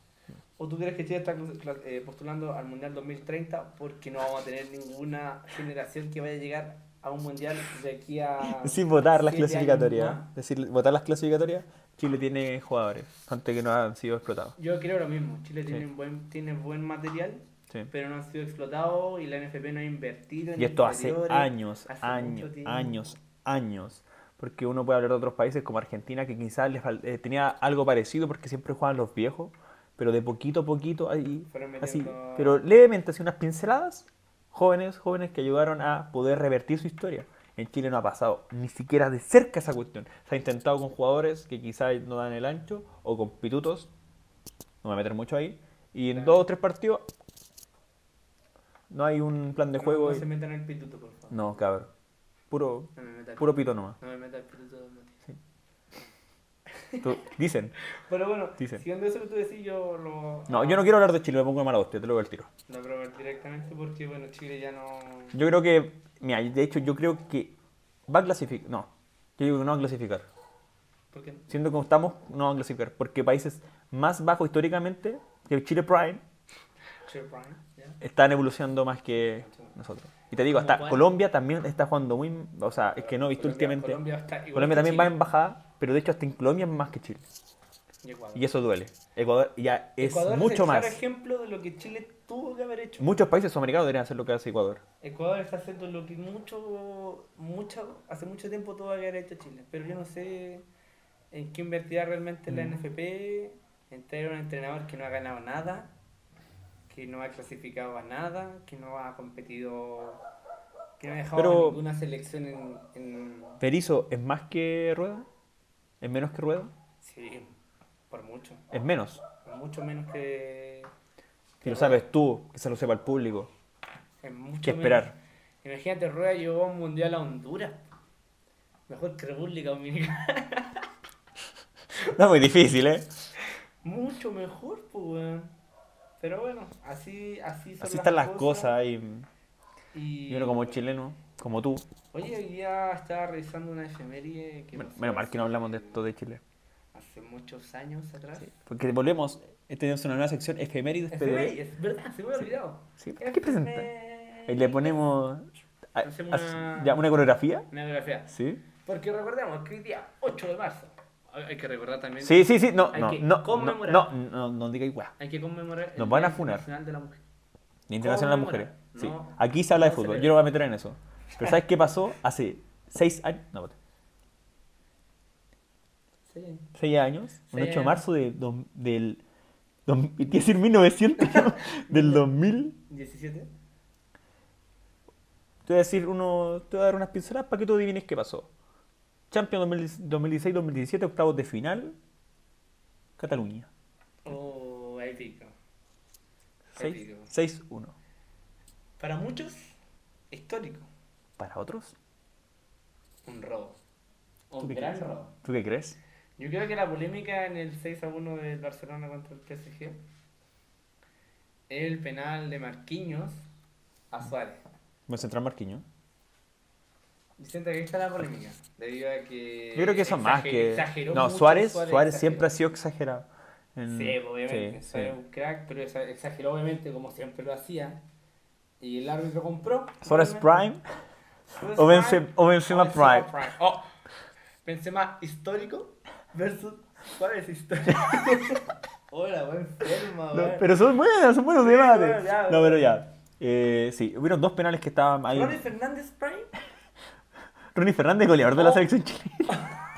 ¿O tú crees que Chile está cla- eh, postulando al mundial 2030 porque no vamos a tener ninguna generación que vaya a llegar a un mundial de aquí a. Sin votar las siete años clasificatorias. más? Es decir, votar las clasificatorias, Chile tiene jugadores antes que no han sido explotados. Yo creo lo mismo. Chile Sí. tiene, un buen, tiene buen material. Sí. pero no han sido explotados y la NFP no ha invertido en Y esto hace inferiores, años, hace años, mucho tiempo. años, años. Porque uno puede hablar de otros países como Argentina, que quizás les fal- eh, tenía algo parecido porque siempre jugaban los viejos, pero de poquito a poquito, ahí, Fueron así, metiendo- pero levemente, así unas pinceladas, jóvenes, jóvenes que ayudaron a poder revertir su historia. En Chile no ha pasado ni siquiera de cerca esa cuestión. Se ha intentado con jugadores que quizás no dan el ancho o con pitutos, no me voy a meter mucho ahí, y en Claro. dos o tres partidos no hay un plan de No- juego. no, y- se metan el pituto por favor no, cabrón. Puro, no me metan puro pito nomás. no me meta el pituto Mati. Tú- dicen. pero bueno Dicen. siguiendo eso que tú decís yo lo No, yo no quiero hablar de Chile, me pongo de mala hostia, te lo voy al tiro. lo probé directamente porque bueno Chile ya no Yo creo que, mira, de hecho yo creo que va a clasificar. No, yo digo que no va a clasificar. porque Siendo como estamos, no va a clasificar. Porque países más bajos históricamente, que Chile Prime, Chile Prime ya están evolucionando más que nosotros. Y te digo, ¿Cómo hasta cuál? Colombia también está jugando muy... O sea, es que no he visto Colombia- últimamente... Colombia está igual Colombia que también Chile. va en bajada, pero de hecho hasta en Colombia es más que Chile. y Ecuador Y eso duele. Ecuador ya es Ecuador mucho el claro más. ejemplo de lo que Chile tuvo que haber hecho Muchos países sudamericanos deberían hacer lo que hace Ecuador. Ecuador está haciendo lo que mucho, mucho hace mucho tiempo tuvo que haber hecho Chile, pero yo no sé en qué invertirá realmente Mm. la NFP, en traer a un entrenador que no ha ganado nada, que no ha clasificado a nada, que no ha competido, que no ha dejado Pero- a ninguna selección en... en- Berizzo es más que Rueda, es menos que Rueda, Sí, por mucho, es menos. por mucho menos que... Si lo sabes tú, que se lo sepa el público. es mucho Que esperar. menos. Imagínate, Rueda llevó a un mundial a Honduras, mejor que República Dominicana. No es muy difícil, ¿eh? Mucho mejor, pues, weón. Pero bueno, así, así son Así están las cosas y Y... yo como chileno, como tú. Oye, hoy día estaba revisando una efeméride que Bueno, pasó menos mal que no hace- hablamos de esto de Chile. Hace muchos años atrás. Porque volvemos, eh, tenemos una nueva sección efemérides PDB. Efemérides, ¿verdad? Se me había olvidado. Este Sí, ¿qué presenta? Y le Efemérides. ponemos a- Hacemos una- as- ya, una coreografía. Una biografía. Sí. Porque recordemos que hoy día, 8 de marzo, hay hay que recordar también. Sí, sí, sí. No, Hay no, que no, no, conmemorar. no, no, no diga igual. Hay que conmemorar el Nos van a Día funar. Internacional de la Mujer. Ni Internacional de las Mujeres. Conmemorar. Sí. No, Aquí se habla de no fútbol. celebra. Yo no voy a meter en eso. Pero ¿sabes qué pasó? Hace seis años. No, espérate. Sí. seis años. Un Seis 8 de años. marzo de dos- del Dos- y decir 1900? ¿Del 2000? 17. Te voy a decir uno, te voy a dar unas pinceladas para que tú adivines qué pasó. Champions 2016-2017, octavos de final, Cataluña. Oh, ahí pico. Ahí Seis- pico. 6-1. Para muchos, histórico. ¿Para otros? Un robo. ¿Tú Un qué gran crees? robo. ¿Tú qué crees? Yo creo que la polémica en el 6 a 1 del Barcelona contra el PSG es el penal de Marquinhos Mm. a Suárez. Me central Marquinhos. Yo siento que ahí está la polémica. Debido a que. Yo creo que eso más exageró- que... Eh, exageró No, mucho, Suárez, Suárez, siempre ha exageró. sido exagerado. En- Sí, pues, obviamente. sí, Suárez sí. es un crack, pero exa- exageró obviamente como siempre lo hacía. Y el árbitro compró. Suárez obviamente. Prime Suárez o Benzema, o Benzema Prime. Oh, Benzema histórico versus Suárez histórico. Hola, buen enferma, No, weón. pero son buenos, son buenos debates. bueno, ya, no, bueno. pero ya. Eh, sí, hubieron dos penales que estaban ahí. Ronnie Fernández Prime. Ronnie Fernández, goleador Oh. de la selección chilena.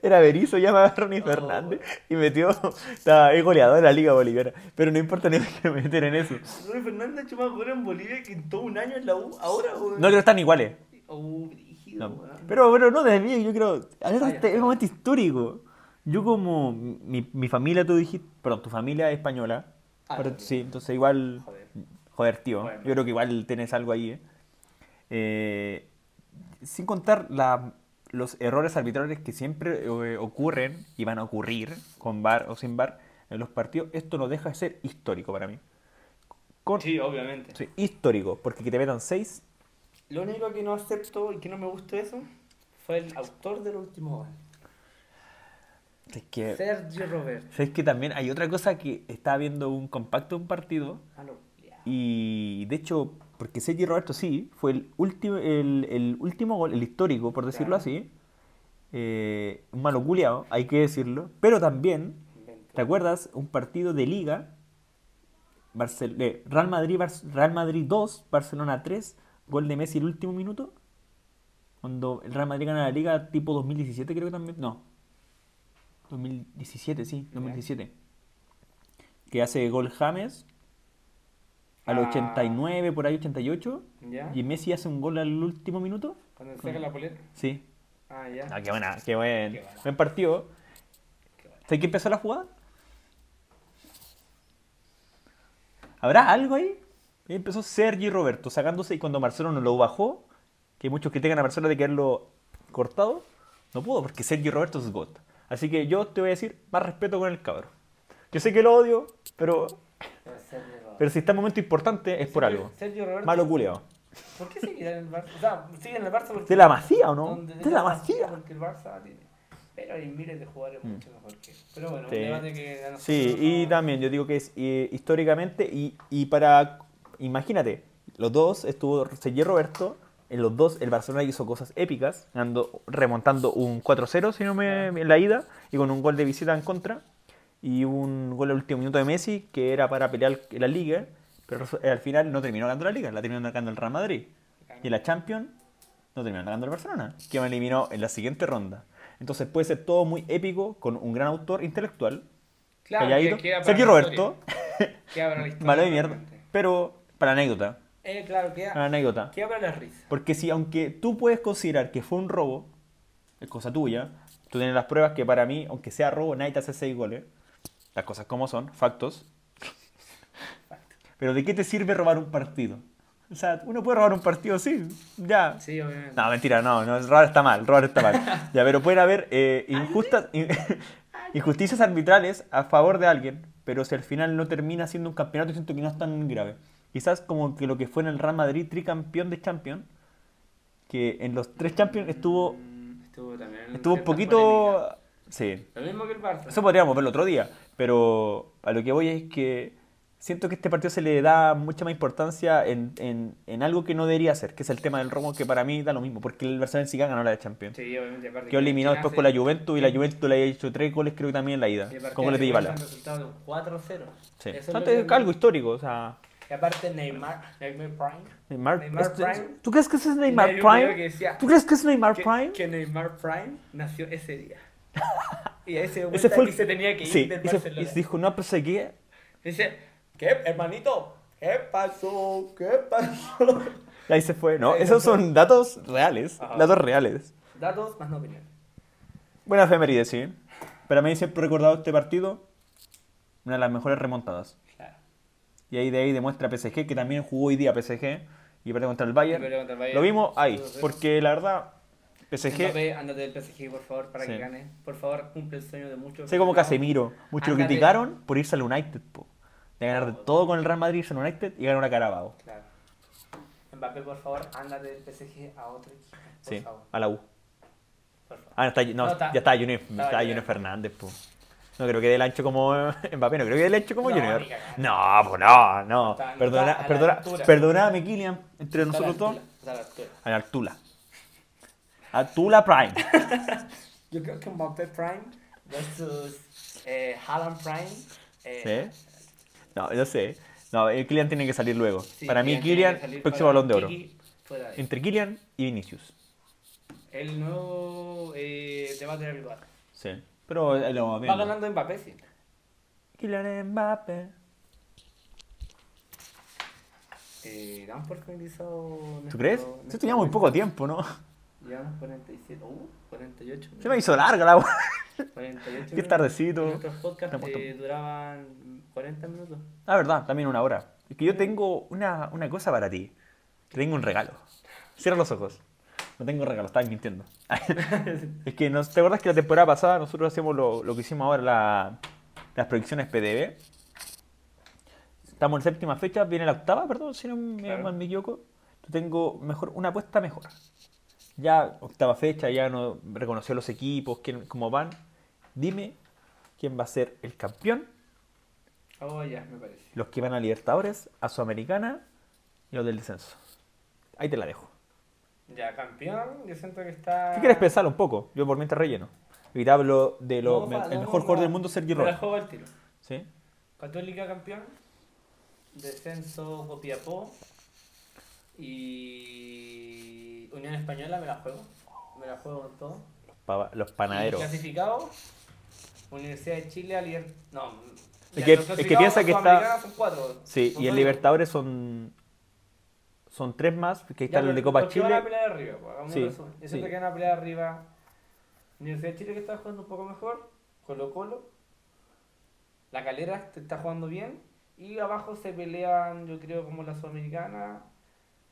Era Berizzo, llamaba a Ronnie Oh. Fernández y metió. Estaba, es goleador de la Liga Boliviana. Pero no importa, no me quiero meter en eso. Ronnie Fernández ha hecho más goles en Bolivia que en todo un año en la U. Ahora, weón. No creo que están iguales. Oh, brígido, No. weón. Pero bueno, no, desde mí, yo creo. Ah, ya. Este es un momento histórico. Yo, como. Mi, mi familia, tú dijiste. Perdón, tu familia es española. Ah, Pero- ya, ya. sí, entonces igual. Joder. Joder, tío. Bueno. Yo creo que igual tenés algo ahí, ¿eh? Eh, sin contar la- los errores arbitrales que siempre eh, ocurren y van a ocurrir con VAR o sin VAR en los partidos, esto no deja de ser histórico para mí. Con- Sí, obviamente. sí, histórico, porque que te metan 6, Lo único que no acepto y que no me gustó eso fue el autor del último gol. es que... Sergio Roberto. ¿Sabes que también hay otra cosa que estaba viendo un compacto de un partido? Ah, no, ya. Y de hecho, porque Sergi Roberto sí, fue el último, el, el último gol, el histórico, por decirlo Claro. así. Eh, un malo culiao, hay que decirlo. Pero también, Invento. ¿te acuerdas? Un partido de liga, Barcel- eh, Real, Madrid, Bar- Real Madrid 2, Barcelona 3, gol de Messi el último minuto. Cuando el Real Madrid gana la liga tipo 2017 creo que también. No. 2017, sí, 2017. Que hace gol James al Ah. 89, por ahí 88. ¿Ya? Y Messi hace un gol al último minuto. Cuando saca la polera. Sí. Ah, ya. Ah, qué buena, qué buen. Qué buena. Buen partido. Qué bueno. ¿Sabes quién empezó la jugada? ¿Habrá algo ahí? Ahí Empezó Sergi Roberto sacándose y cuando Marcelo no lo bajó, que hay muchos critican a Marcelo de quedarlo cortado, no pudo porque Sergi Roberto es God. Así que yo te voy a decir más respeto con el cabro. Yo sé que lo odio, pero, Pero Sergio Roberto. pero si está en momento importante es por Sergio- algo. Sergio Roberto. Malo culiao. ¿Por qué sigue en el Barça? O sea, sigue en el Barça porque. ¿De la masía o no? donde- ¿De la masía? Porque el Barça tiene. Pero hay miles de jugadores mucho mejor que. él. Pero bueno, Mm. Sí. un debate que. a nosotros Sí, no- y también yo digo que es eh, históricamente y, y para, imagínate, los dos estuvo Sergio Roberto, en los dos el Barcelona hizo cosas épicas, ganando- remontando un 4-0 si no me en la ida y con un gol de visita en contra y un gol al último minuto de Messi que era para pelear la liga, pero resu- eh, al final no terminó ganando la liga, la terminó ganando el Real Madrid y en la Champions no terminó ganando el Barcelona, que me eliminó en la siguiente ronda. Entonces puede ser todo muy épico con un gran autor intelectual Claro, calladito. que queda para Sergio la Roberto, historia. Queda para la historia. malo de mierda, Ah, realmente. pero para la anécdota, Eh, claro, para la queda. anécdota. Queda para las risas. Porque si aunque tú puedes considerar que fue un robo, es cosa tuya, tú tienes las pruebas que para mí, aunque sea robo, nadie te hace seis goles. Las cosas como son, factos. Pero ¿de qué te sirve robar un partido? O sea, uno puede robar un partido, sí, ya. Sí, obviamente. No, mentira, no, no, robar está mal, robar está mal. Ya, pero pueden haber eh, injustas, in- injusticias arbitrales a favor de alguien, pero si al final no termina siendo un campeonato, siento que no es tan grave. Quizás como que lo que fue en el Real Madrid tricampeón de Champions, que en los tres Champions estuvo, Mm, Estuvo también. en estuvo un cierta poquito... polémica. Sí, Lo mismo que el Barça. eso podríamos verlo otro día, pero a lo que voy es que siento que este partido se le da mucha más importancia en, en- en algo que no debería ser, que es el tema del robo, que para mí da lo mismo, porque el Barcelona en sí ganó la de Champions. Sí, obviamente. aparte Quedó eliminado ¿quién después hace- con la Juventus y la Juventus le había hecho tres goles creo que también en la ida, Y aparte como le hace di bala. un resultado de un 4-0. Sí. Eso es lo Tanto que es algo histórico, o sea... Y aparte Neymar, Neymar Prime. Neymar, Neymar esto- Prime. ¿Tú crees que ese es Yo Neymar creo Prime? que decía ¿Tú crees que es Neymar que- Prime? Que Neymar Prime nació ese día. Y ahí se dio Ese cuenta fue el- que se tenía que ir Sí, del y, se- Barcelona. y se dijo, no, pero sé qué. Dice, ¿qué, hermanito? ¿Qué pasó? ¿Qué pasó? Y ahí se fue, ¿no? Ahí se Esos fue. son datos reales, Ajá. datos reales. Datos más no opinión. Buena efeméride, sí. Para mí siempre he recordado este partido, una de las mejores remontadas. Claro. Y ahí de ahí demuestra PSG, que también jugó hoy día PSG, y perdió contra el Bayern. Y perdió contra el Bayern. Lo vimos ahí, Sí, sí. porque la verdad, PSG, Mbappé, ándate del PSG, por favor, para Sí. que gane. Por favor, cumple el sueño de muchos. sé como No. Casemiro, muchos lo Ándate. criticaron por irse al United, po. de ganar de todo con el Real Madrid, irse al United y ganar una Carabao. Claro. Mbappé, por favor, ándate del PSG a otro equipo. Por Sí, favor, a la U. por favor. Ah, está, no, No, está- ya está Junior, estaba está Junior. Junior Fernández, po. No creo que del ancho como Mbappé, no creo que del ancho como No, Junior. ni cagando. No, pues no, no. Está- no perdona, está a la perdona, altura. perdóname, Kylian, entre nosotros Está a dos, la altura, está a la altura. a la Artula. Artula Prime. Yo creo que Mbappé Prime versus eh, Haaland Prime. eh, ¿Sí? No, yo sé. No, el Kylian tiene que salir luego. sí, Para mí, tiene que Kylian, salir próximo fuera. balón de oro. Kiki, fuera de- Entre Kylian y Vinicius. El nuevo eh, debate arbitral. Sí. Pero eh, lo Va mismo. ganando Mbappé, sí. Kylian Mbappé. Eh, damos por finalizado. ¿Tú nuestro- crees? Sí, nuestro teníamos muy poco tiempo, ¿no? Llevamos 47, uh, 48. Se me hizo larga la wea. 48 Qué tardecito. Nuestros podcasts Estamos eh, duraban 40 minutos. La Ah, verdad, también una hora. Es que yo tengo una, una cosa para ti. Te tengo un regalo. Cierra los ojos. No tengo regalo, estaba mintiendo. es que nos, ¿te acuerdas que la temporada pasada nosotros hacíamos lo, lo que hicimos ahora, la- las proyecciones PDB? Estamos en séptima fecha, viene la octava, perdón, si no me, Claro. mal me equivoco. Yo tengo mejor, una apuesta mejor. Ya octava fecha, ya no reconoció los equipos, quién, cómo van. Dime quién va a ser el campeón Oh, ya, me parece. los que van a Libertadores, a Sudamericana y los del descenso. Ahí te la dejo. Ya, campeón, yo siento que está. Si quieres pensarlo un poco, yo por mientras relleno. Y te hablo de lo, No, me- va, el no, mejor no, jugador va. del mundo, Sergio Me la Roberto. juego al tiro. ¿Sí? Católica campeón, descenso Copiapó y Unión Española, me la juego. Me la juego con todo. Los, pava- los Y panaderos. Clasificado, Universidad de Chile, Alier... No, Es ya, que- los es que clasificados piensa que está- sudamericanos son cuatro. Sí, Son y en cuatro. Libertadores son, son tres más, que ahí Ya, está el pero de Copa los que van a Chile. pelear arriba, pues, hagamos Sí, un resumen. Yo siento sí. que van a pelear arriba Universidad de Chile que está jugando un poco mejor, Colo Colo, La Calera te está jugando bien y abajo se pelean yo creo como la Sudamericana,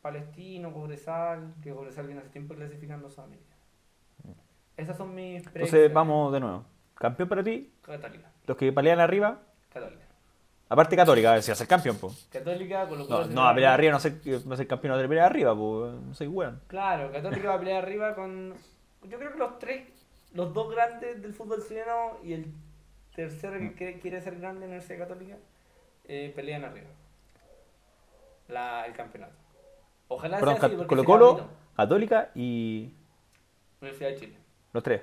Palestino, Cobresal, que Cobresal viene hace tiempo clasificando a Sudamericana. Esas son mis Entonces vamos de nuevo. Campeón para ti, Católica, los que pelean arriba, Católica. aparte Católica, a ver si va a ser campeón, po. Católica, Colo Colo. No, no, se pelea a pelear arriba no sé, no sé campeón de pelear arriba, po. No sé, weón. Claro, Católica va a pelear arriba con. Yo creo que los tres, los dos grandes del fútbol chileno y el tercero Mm. que quiere- quiere ser grande en la Universidad Católica eh, pelean arriba. La, el campeonato. Ojalá Perdón, sea así. Ca- porque Colo sería Colo, bonito. Católica y Universidad de Chile. Los tres.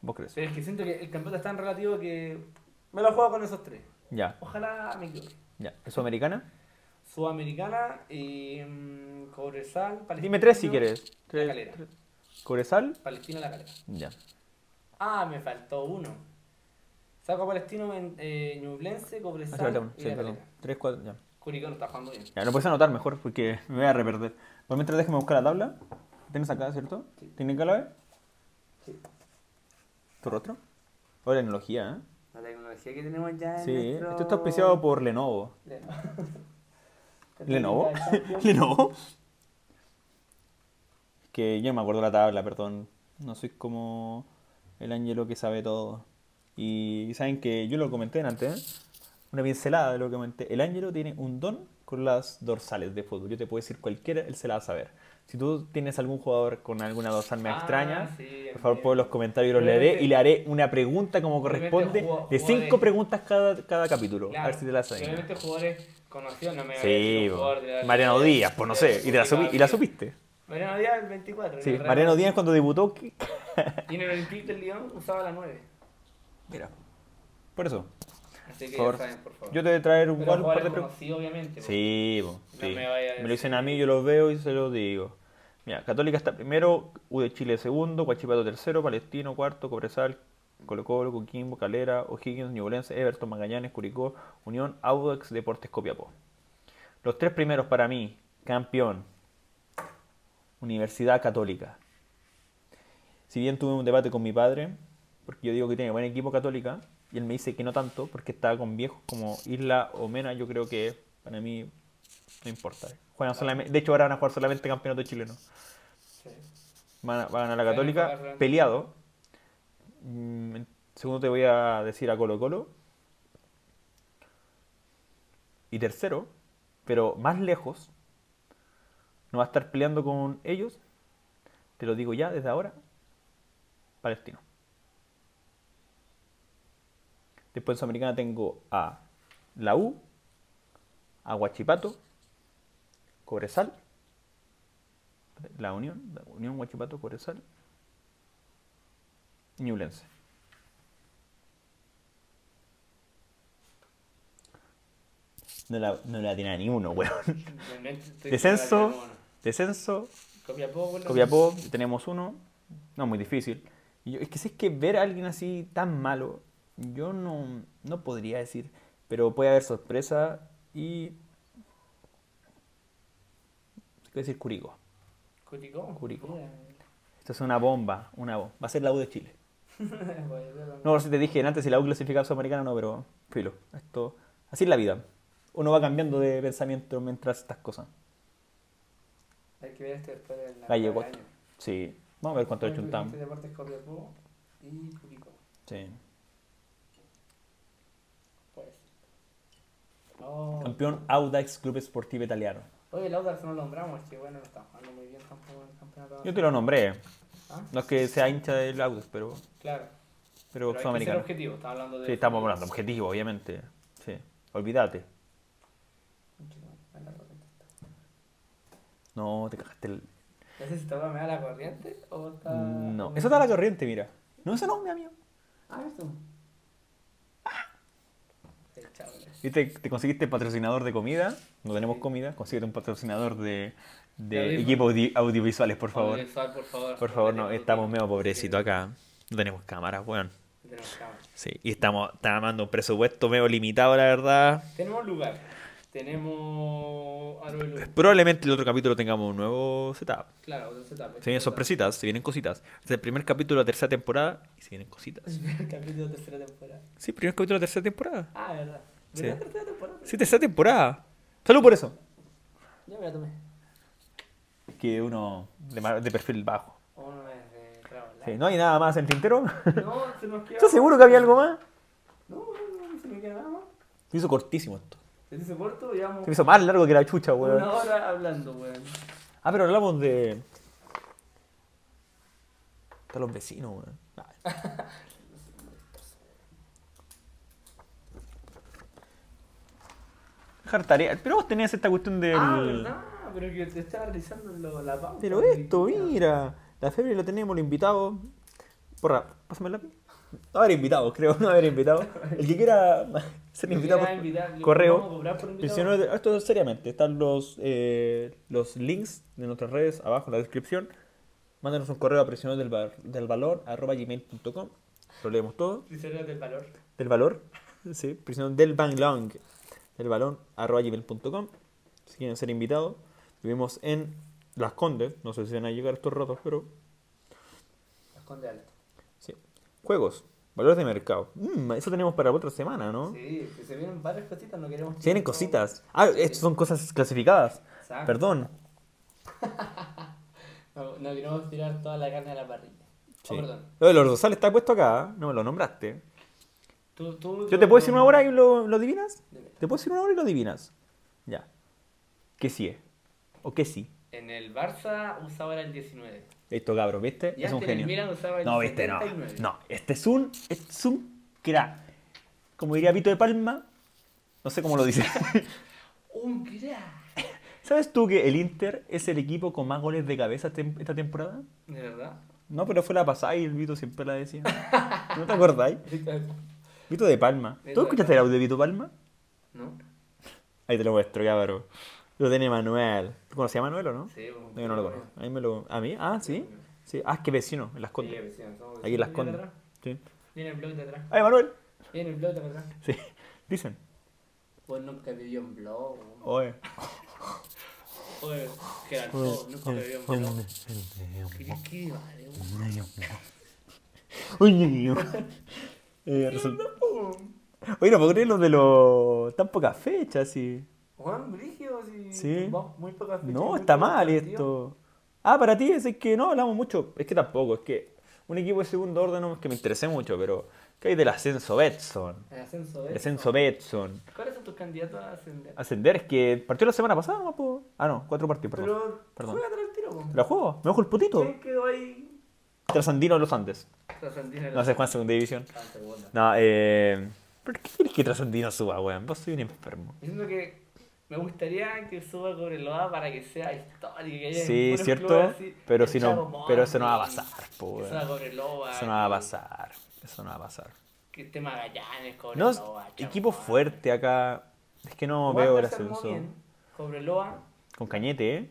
¿Vos crees? Pero es que siento que el campeonato es tan relativo que me lo juego con esos tres. Ya, Ojalá me equivoque. ya. ¿Es sudamericana? Sudamericana, y, mm, Cobresal, Palestino. Dime tres si quieres. La Tres, calera. tres. ¿Cobresal? Palestino, la calera. Ya. Ah, me faltó uno. Saco a Palestino, en, eh, Ñublense, Ah, sí, falta Cobresal uno. y Sí, La perdón. Calera. Tres, cuatro, ya. Curicó no está jugando bien. Ya, lo puedes anotar mejor porque me voy a reperder. Por mientras déjame buscar la tabla. Tienes acá, ¿cierto? Sí. ¿Tienes clave? Sí. ¿Tu rostro? O tecnología, ¿eh? La tecnología que tenemos ya en Sí, nuestro... esto está auspiciado por Lenovo. ¿Lenovo? ¿Lenovo? Que yo no me acuerdo la tabla, perdón. No soy como el ángelo que sabe todo. Y saben que yo lo comenté antes, ¿eh? una pincelada de lo que comenté. El ángelo tiene un don con las dorsales de fútbol. Yo te puedo decir cualquiera, él se la va a saber. Si tú tienes algún jugador con alguna dorsal me Ah, extraña, sí, por favor entiendo. pon los comentarios, los Obviamente- leeré y le haré una pregunta como Obviamente corresponde jugó- de jugó cinco de- preguntas cada, cada capítulo. Claro, A ver si te la sabes. Obviamente jugadores conocidos no me voy a Sí, decir un po. jugador Eh, de la- Mariano de- Díaz, pues no de- sé, y, te la supi- y la supiste. Mariano Díaz el 24. Sí, en el Real Mariano Madrid. Díaz cuando debutó. ¿qué? Y en el Olympique del Lyon usaba la 9. Mira, por eso. Así que Por favor. ya saben, por favor. Yo te voy a traer un, Pero igual un par jugadores de preguntas. conocidos, obviamente. pues. po. Sí, po, No sí. me vaya a me lo decir. dicen a mí, yo los veo y se los digo. Mira, Católica está primero, U de Chile segundo, Guachipato tercero, Palestino cuarto, Cobresal Colo Colo, Coquimbo, Calera, O'Higgins, Ñublense, Everton, Magallanes, Curicó, Unión, Audax, Deportes Copiapó. Los tres primeros para mí, campeón, Universidad Católica. Si bien tuve un debate con mi padre, porque yo digo que tiene buen equipo Católica, y él me dice que no tanto, porque estaba con viejos como Isla o Mena, yo creo que para mí no importa. Juegan solamente, de hecho, ahora van a jugar solamente campeonato chileno. Sí. Van a- va a ganar la Van a Católica, jugar solamente- peleado. Mm, en Segundo te voy a decir a Colo Colo. Y tercero, pero más lejos, no va a estar peleando con ellos, te lo digo ya desde ahora, Palestino. Después en Sudamericana tengo a la U, a Huachipato, Cobresal, la Unión, la Unión Huachipato, Cobresal, y Ñublense. No la, no la tiene ni uno, weón. Realmente estoy Descenso, con la cara descenso, como- Copiapó, bueno. Copiapó, tenemos uno. No, muy difícil. Y yo- es que si es que ver a alguien así tan malo, yo no, no podría decir. Pero puede haber sorpresa y. ¿Qué decir Curicó? Curicó. Curicó. Mira. Esto es una bomba, una bomba. Va a ser la U de Chile. Voy a ver, No, por si te dije antes si la U clasificaba a Sudamericana no, pero filo. Esto, así es la vida. Uno va cambiando de pensamiento mientras estas cosas. Hay que ver esto después de la Gallegos. del año. Sí. Vamos a ver cuánto le Bueno, chuntamos. este deporte es Copiapó y Curicó. Sí. Pues. Oh. Campeón Audax Club Esportivo Italiano. Oye, el Audax no lo nombramos, es que bueno, no está jugando muy bien tampoco en el campeonato. Yo te lo nombré. Ah, No es que sea hincha del Audax, pero, Claro. pero, hay que ser sudamericano. objetivo, está hablando de. Sí, estamos hablando objetivo, obviamente. Sí. Olvídate. No, te cagaste el... No sé si está bromeada la corriente o está. No. Eso está a la corriente, mira. No, eso no, mi amigo. Ah, eso. Ah. El chable. Y te, te conseguiste patrocinador de comida. No tenemos Sí. comida. Consíguete un patrocinador de, de De audífonos. equipos audi- audiovisuales, por favor. Audiovisual, por favor. Por favor, no. Tenemos- Estamos medio pobrecitos acá. No tenemos cámaras, weón. Tenemos cámara. Sí. Y estamos tramando un presupuesto medio limitado, la verdad. Tenemos lugar. Tenemos ah, algo de luz. Probablemente el otro capítulo tengamos un nuevo setup. Claro, otro setup. Se vienen sorpresitas, se vienen cositas. Este Es el primer capítulo de la tercera temporada y se vienen cositas. Capítulo tercera temporada. Sí, primer capítulo de la tercera temporada. Ah, verdad. Sí. ¿Verdad tercera temporada? Sí, tercera temporada. Salud por eso. Ya me la tomé. Que uno de, ma- de perfil bajo. Uno es de trabajo. Sí, no hay nada más en el tintero. No, se nos queda. ¿Estás seguro que había algo más? No, no, no, se nos queda nada más. Se hizo cortísimo esto. Se hizo corto, llevamos Se hizo más largo que la chucha, una weón. hora hablando, weón. Ah, pero hablamos de. Están los vecinos, weón. Ah, Dejar tarea. Pero vos tenías esta cuestión del. Ah, ¿verdad? Pero que te estaba realizando lo- la pauta. Pero esto, güey. mira, la febre lo tenemos, lo invitado. Porra, pásame el lápiz. No haber invitado, creo, no haber invitado. El que quiera ser Lo invitado, quería por invitar, le vamos a correo. cobrar por Pero si invitado. no, esto es seriamente, están los, eh, los links de nuestras redes abajo en la descripción. Mándanos un correo a presionados del, val- del valor arroba gmail.com. Lo leemos todo. Prisioneros del valor. Del valor, sí, prisioneros del banglong. Del balón arroba gmail.com. Si quieren ser invitados, vivimos en Las Condes. No sé si van a llegar estos ratos, pero Esconde alto. Sí. Juegos, valores de mercado. Mm, eso tenemos para otra semana, ¿no? Sí, que se vienen varias cositas, no queremos. Se vienen cositas. Ah, estas son cosas clasificadas. Exacto. Perdón. No, no queremos tirar toda la carne a la parrilla. Sí. Oh, perdón. Lo de los rosales está puesto acá, ¿eh? no me lo nombraste. Tú, tú, ¿Yo te puedo decir una hora y lo, lo adivinas? Dime. ¿Te puedo decir una hora y lo adivinas? Ya. ¿Qué sí es? ¿O qué sí? En el Barça usaba ahora el 19. Esto, cabrón, ¿viste? Y es un antes en el genio. Milan usaba el no, viste, no. 79. No, este es un, este es un crack. Como diría Pito de Palma, no sé cómo lo dice. Un gran. ¿Sabes tú que el Inter es el equipo con más goles de cabeza tem- esta temporada? ¿De verdad? No, pero fue la pasada y el Vito siempre la decía. ¿No te acordáis? Vito de Palma. Vito ¿Tú de escuchaste el audio de Vito Palma? ¿No? Ahí te lo muestro, cabrón. Lo tiene Manuel. ¿Tú conocías a Manuel o no? Sí, bueno, No, yo no lo conozco. A mí me lo... ¿A mí? Ah, ¿sí? Sí. Ah, es que vecino, en Las Condes. Sí, vecino, somos Aquí en Las Condes. vecinos, ¿verdad? Sí. Viene el blog de atrás. ¡Ay, Manuel! Viene el blog de atrás. Sí, dicen. Vos nunca vivió en blog. Oye. Oye, Gerard, vos nunca vivió en blog. ¿Qué, qué vale, weón? Eh, result- Oye, no puedo creer lo de los tan pocas fechas, sí. Juan Brigio, si Sí. vamos muy pocas fechas, No, muy está pocos mal partidos. esto. Ah, para ti, es que no hablamos mucho. Es que tampoco, es que un equipo de segundo orden no es que me interese mucho, pero ¿qué hay del ascenso Betson? El ascenso El de. ascenso Betson. ¿Cuáles son tus candidatos a ascender? Ascender es que partió la semana pasada, ¿no? po? Ah, no, cuatro partidos, perdón. Pero. Perdón. Juégatela al tiro, weón. ¿La juego? ¿Me dejo el putito? ¿Quién quedó ahí? Trasandino de los Andes. Trasandino. No sé, Juan Segunda División. Ah, segunda. No, eh... ¿Por qué quieres que Trasandino suba, weón? Vos soy un enfermo. Diciendo que me gustaría que suba Cobreloa para que sea histórico. Que haya Sí, puros ¿cierto? clubes así, Pero, el si Chavo no, Morning, pero eso no va a pasar, po, Que weón. suba Cobreloa. Eso no va a que- pasar. Eso no va a pasar. Que esté Magallanes, No, Cobreloa. Chavo equipo Morning. fuerte acá. Es que no Wander veo el se armó ascenso. bien. Cobreloa, Con Cañete, ¿eh?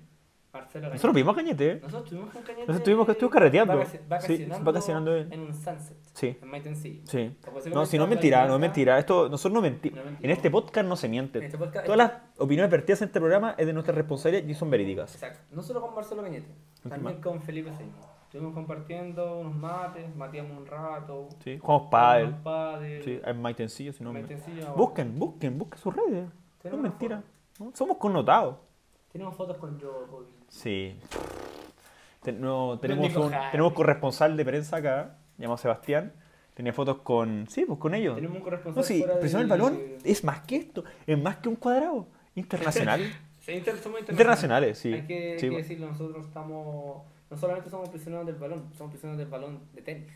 Marcelo Nosotros vimos a Cañete, ¿eh? Nosotros estuvimos con Cañete. Nosotros estuvimos- estuvimos carreteando. vacaci- Sí, Vacacionando, vacacionando en- en un sunset. Sí. En Maitencillo. Sí. Como se No, si no comentaba, es mentira, no la es libertad- mentira. Esto, nosotros no mentimos. No mentimos. En este podcast no se miente. En este podcast- Todas las opiniones vertidas en este programa es de nuestra responsabilidad y son verídicas. Exacto. No solo con Marcelo Cañete, ¿Con quién también con Felipe Señor. Estuvimos compartiendo unos mates, mateamos un rato. Sí. Jugamos pádel. jugamos pádel. Sí, en Maitencillo, si no me- Maitencillo. Busquen, busquen, busquen sus redes. No es Tenemos mentira. ¿no? Somos connotados. Tenemos fotos con Djokovic. Sí. Ten- no, tenemos, Nico un- Jara. tenemos corresponsal de prensa acá, llamado Sebastián. Tenía fotos con. Sí, pues con ellos. Tenemos un corresponsal No, sí, fuera presiona el del- balón es más que esto, es más que un cuadrado. Internacional. Sí, inter- somos Internacionales, sí. Hay que, hay Sí, que bueno. decirlo, nosotros estamos... No solamente somos prisioneros del balón, somos prisioneros del balón de tenis.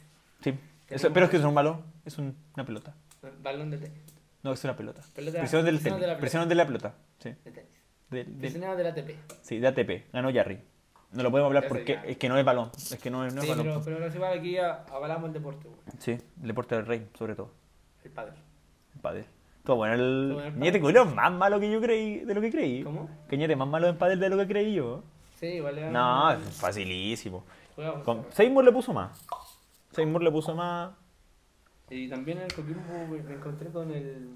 sí. Eso- pero es que es un balón, es un- una pelota. Balón de tenis. No, es una pelota. Pelota- Presión del presión tenis. de la pelota. Presión de la pelota. Sí, De tenis. de, de- Prisioneros del ATP. sí, de ATP. Ganó Jarry. Ah, No lo podemos hablar Ya sé, porque ya. es que no es balón. Es que no es, no es sí, pero, balón. pero ahora sí, vale, aquí a- avalamos el deporte, güey. Sí, el deporte del rey, sobre todo. El padre. El pádel. Todo bueno, Todo bueno, el el Cañete Culeo es más malo que yo creí, de lo que creí. ¿Cómo? Ah. Cañete es más malo en pádel de lo que creí yo. Sí, igual le No, dan- es facilísimo. Juega Con... José. Seymour le puso más. Seymour le puso más. Y también en el Coquimbo güey, me encontré con el...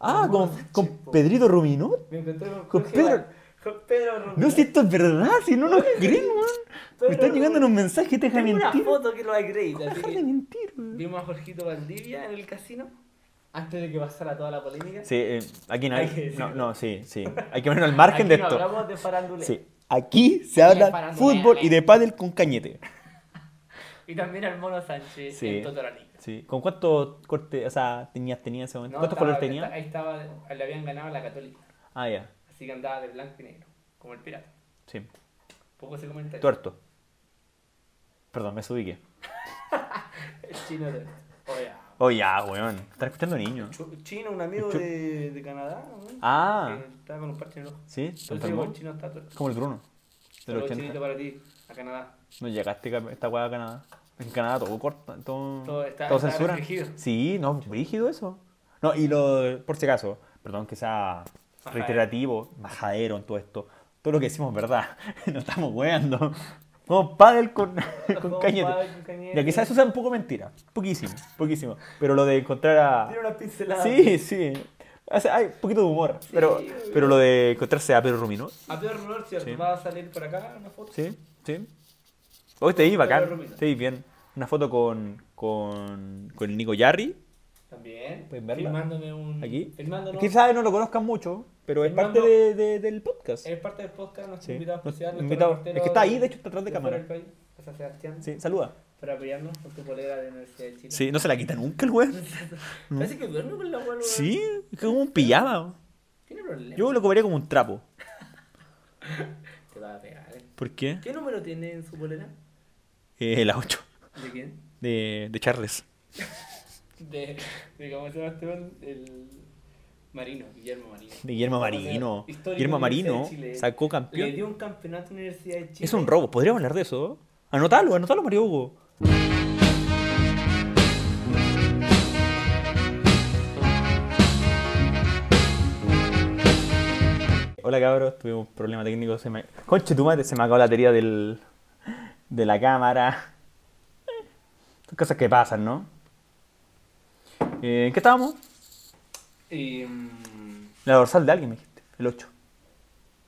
Ah, con, con Pedrito Ruminot. Me encontré con, Con Jorge Pedro. Val- Con Pedro Rubio. No, si esto es verdad, si no nos creen, weón. Me están llegando unos mensajes, deja de Tengo una mentir. foto que lo acredita. así Deja que- de mentir, weón. Vimos a Jorgito Valdivia en el casino antes de que pasara toda la polémica. Sí, eh, aquí no Hay que hay. decirlo. No, no, sí, sí. Hay que ponerlo al margen Aquí de no esto. Hablamos de farándula. Sí. Aquí se Aquí habla es para fútbol nueve. y de pádel con cañete. Y también al Mono Sánchez Sí. en Totorani. Sí. ¿Con cuántos cortes, o sea, tenías tenía en ese momento? ¿Cuántos colores tenía? Ahí estaba, le habían ganado a la Católica. Ah, ya. Así que andaba de blanco y negro, como el pirata. Sí. Poco se comenta. eso. Tuerto. Perdón, me desubiqué. El chino de. Oye, Oh, ya, weón. Están escuchando niños. chu- chino, un amigo Chu- de, de Canadá. ¿no? Ah. Que estaba con un parche en el ojo. ¿Sí? ¿Se Yo digo que enfermó? el chino está tuerto. Es como el Bruno. Del Saludos, 80. chinito para ti, a Canadá. No llegaste a esta weá a Canadá. En Canadá todo corta, todo, Todo está- está censura. restringido. Sí, no, brígido eso. No, y lo, por si acaso, perdón que sea Majadero. reiterativo, majadero en todo esto. Todo lo que decimos es verdad. No estamos weando. Vamos pádel con, con Vamos cañete. pádel con cañete. Ya quizás eso sea un poco mentira. Poquísimo, poquísimo. Pero lo de encontrar a. Tiene una pincelada. Sí, sí. O sea, hay un poquito de humor. Pero, Sí. pero lo de encontrarse a Pedro Rumino. A Pedro Runor, cierto. Sí. Va a salir por acá una foto. Sí, sí. Hoy te vi bacán, Romina. te vi bien. Una foto con, con, con el Nico Yarri, También. Pueden verla. Filmándome un. aquí. Filmándonos. Quizás no lo conozcan mucho, pero es Filmando- parte de, de- del podcast. Es parte del podcast, nuestro Sí. invitado especial. Nuestro nuestro invitado. reportero Es que está ahí, de hecho, está atrás de fuera cámara. del país, o sea, Sebastián, Sí, saluda. para apoyarnos con tu colega de la Universidad de Chile. Sí, no se la quita nunca el weón. Parece que duerme con la abuela. Sí, es como un pijama. Tiene problemas. Yo lo cobraría como un trapo. Te va a pegar. eh. ¿Por qué? ¿Qué número tiene en su bolera? Eh, la 8 ¿De quién? de, de Charles. De, de cómo se llama este weón? el Marino, Guillermo Marino. De Guillermo O sea, Marino. histórico Guillermo de Marino Universidad de Chile. sacó Le campeón. dio un campeonato a la Universidad de Chile. Es un robo, podríamos hablar de eso. Anotalo, anotalo, Mario Hugo. Hola cabros, tuvimos un problema técnico. Se me... Conche tu madre, se me acabó la batería del... de la cámara. Cosas que pasan, ¿no? Eh, ¿En qué estábamos? Y, mm, La dorsal de alguien, me dijiste. El 8.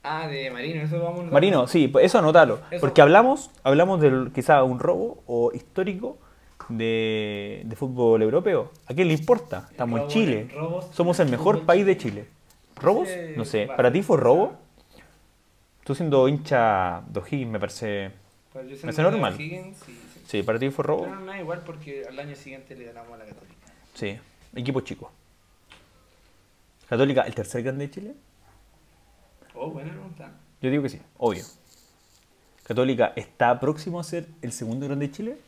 ah, de Marino, eso vamos a notar. Marino, sí, pues eso anótalo. Eso. Porque hablamos, hablamos de quizá un robo o histórico de, de fútbol europeo. ¿A quién le importa? Estamos en robo- Chile. robos en Somos el el mejor fútbol país de Chile. ¿Robos? Sí, No sé. va. ¿Para ti fue robo? Tú siendo hincha de O'Higgins me parece... Pues yo Me siendo hace normal. Oh. Higgins, sí, sí. Sí, ¿para ti fue robo? Pero no, igual porque al año siguiente le ganamos a la Católica. Sí. Equipo chico. ¿Católica el tercer grande de Chile? Oh, buena pregunta. Yo digo que sí, obvio. ¿Católica está próximo a ser el segundo grande de Chile?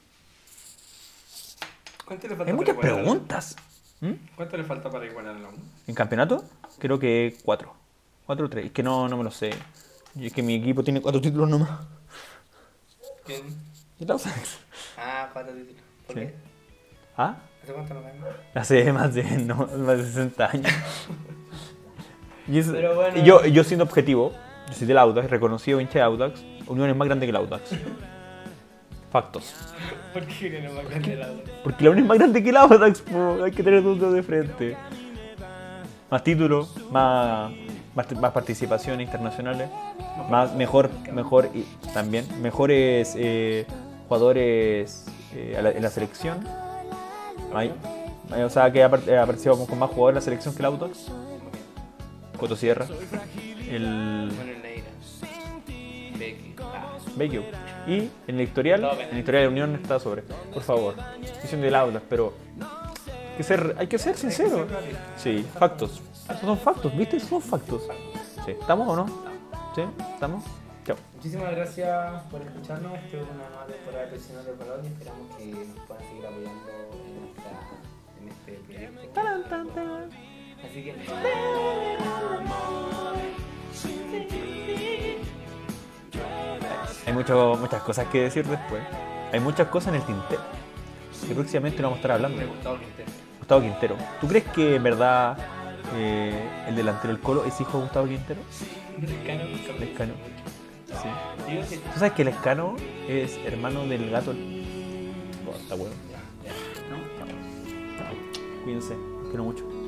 ¿Cuánto le falta Hay muchas igualar a la- preguntas. ¿Mm? ¿Cuánto le falta para igualar a la U? ¿En campeonato? Creo que cuatro. Cuatro o tres. Es que no, no me lo sé. Y es que mi equipo tiene cuatro títulos nomás. ¿Quién? ¿Y la Ausex? Ah, falta título. ¿Por Sí. qué? ¿Ah? ¿Hace cuánto no ganamos? Hace más de, no, más de 60 años. Y es- Pero bueno. y yo, yo siendo objetivo, yo soy del Audax, reconocido hincha de Audax, Unión es más grande que el Audax. Factos. ¿Por qué no me ha cancelado? Porque la Unión es más grande que el Audax, po. hay que tener dudas de frente. Más títulos, más, más, más participaciones internacionales. más mejor mejor y también mejores eh, jugadores eh, a la- en la selección Hay- hay- o sea que ha par- ha participado con más jugadores en la selección que el Audax Coto Sierra el Bueno, el Neira. Becky. Ah, Bello y en el historial en el historial de Unión está sobre por favor diciendo del Audax pero hay que ser hay que ser sincero sí factos Estos son factos viste son factos sí estamos o no sí estamos chao Muchísimas gracias por escucharnos. Esto es una nueva temporada de Prisioneros del Balón y esperamos que nos puedan seguir apoyando en, nuestra, en este proyecto. Así que. Hay mucho- muchas cosas que decir después. Hay muchas cosas en el tintero. Que próximamente no vamos a estar hablando. Me gustó el intento. Gustavo Quintero. ¿Tú crees que en verdad eh, el delantero del Colo es hijo de Gustavo Quintero? Lescano. Sí. Digo que. ¿Tú sabes que el Escano es hermano del gato? Oh, está bueno. Ya, ya. ¿No? Cuídense. Quiero mucho.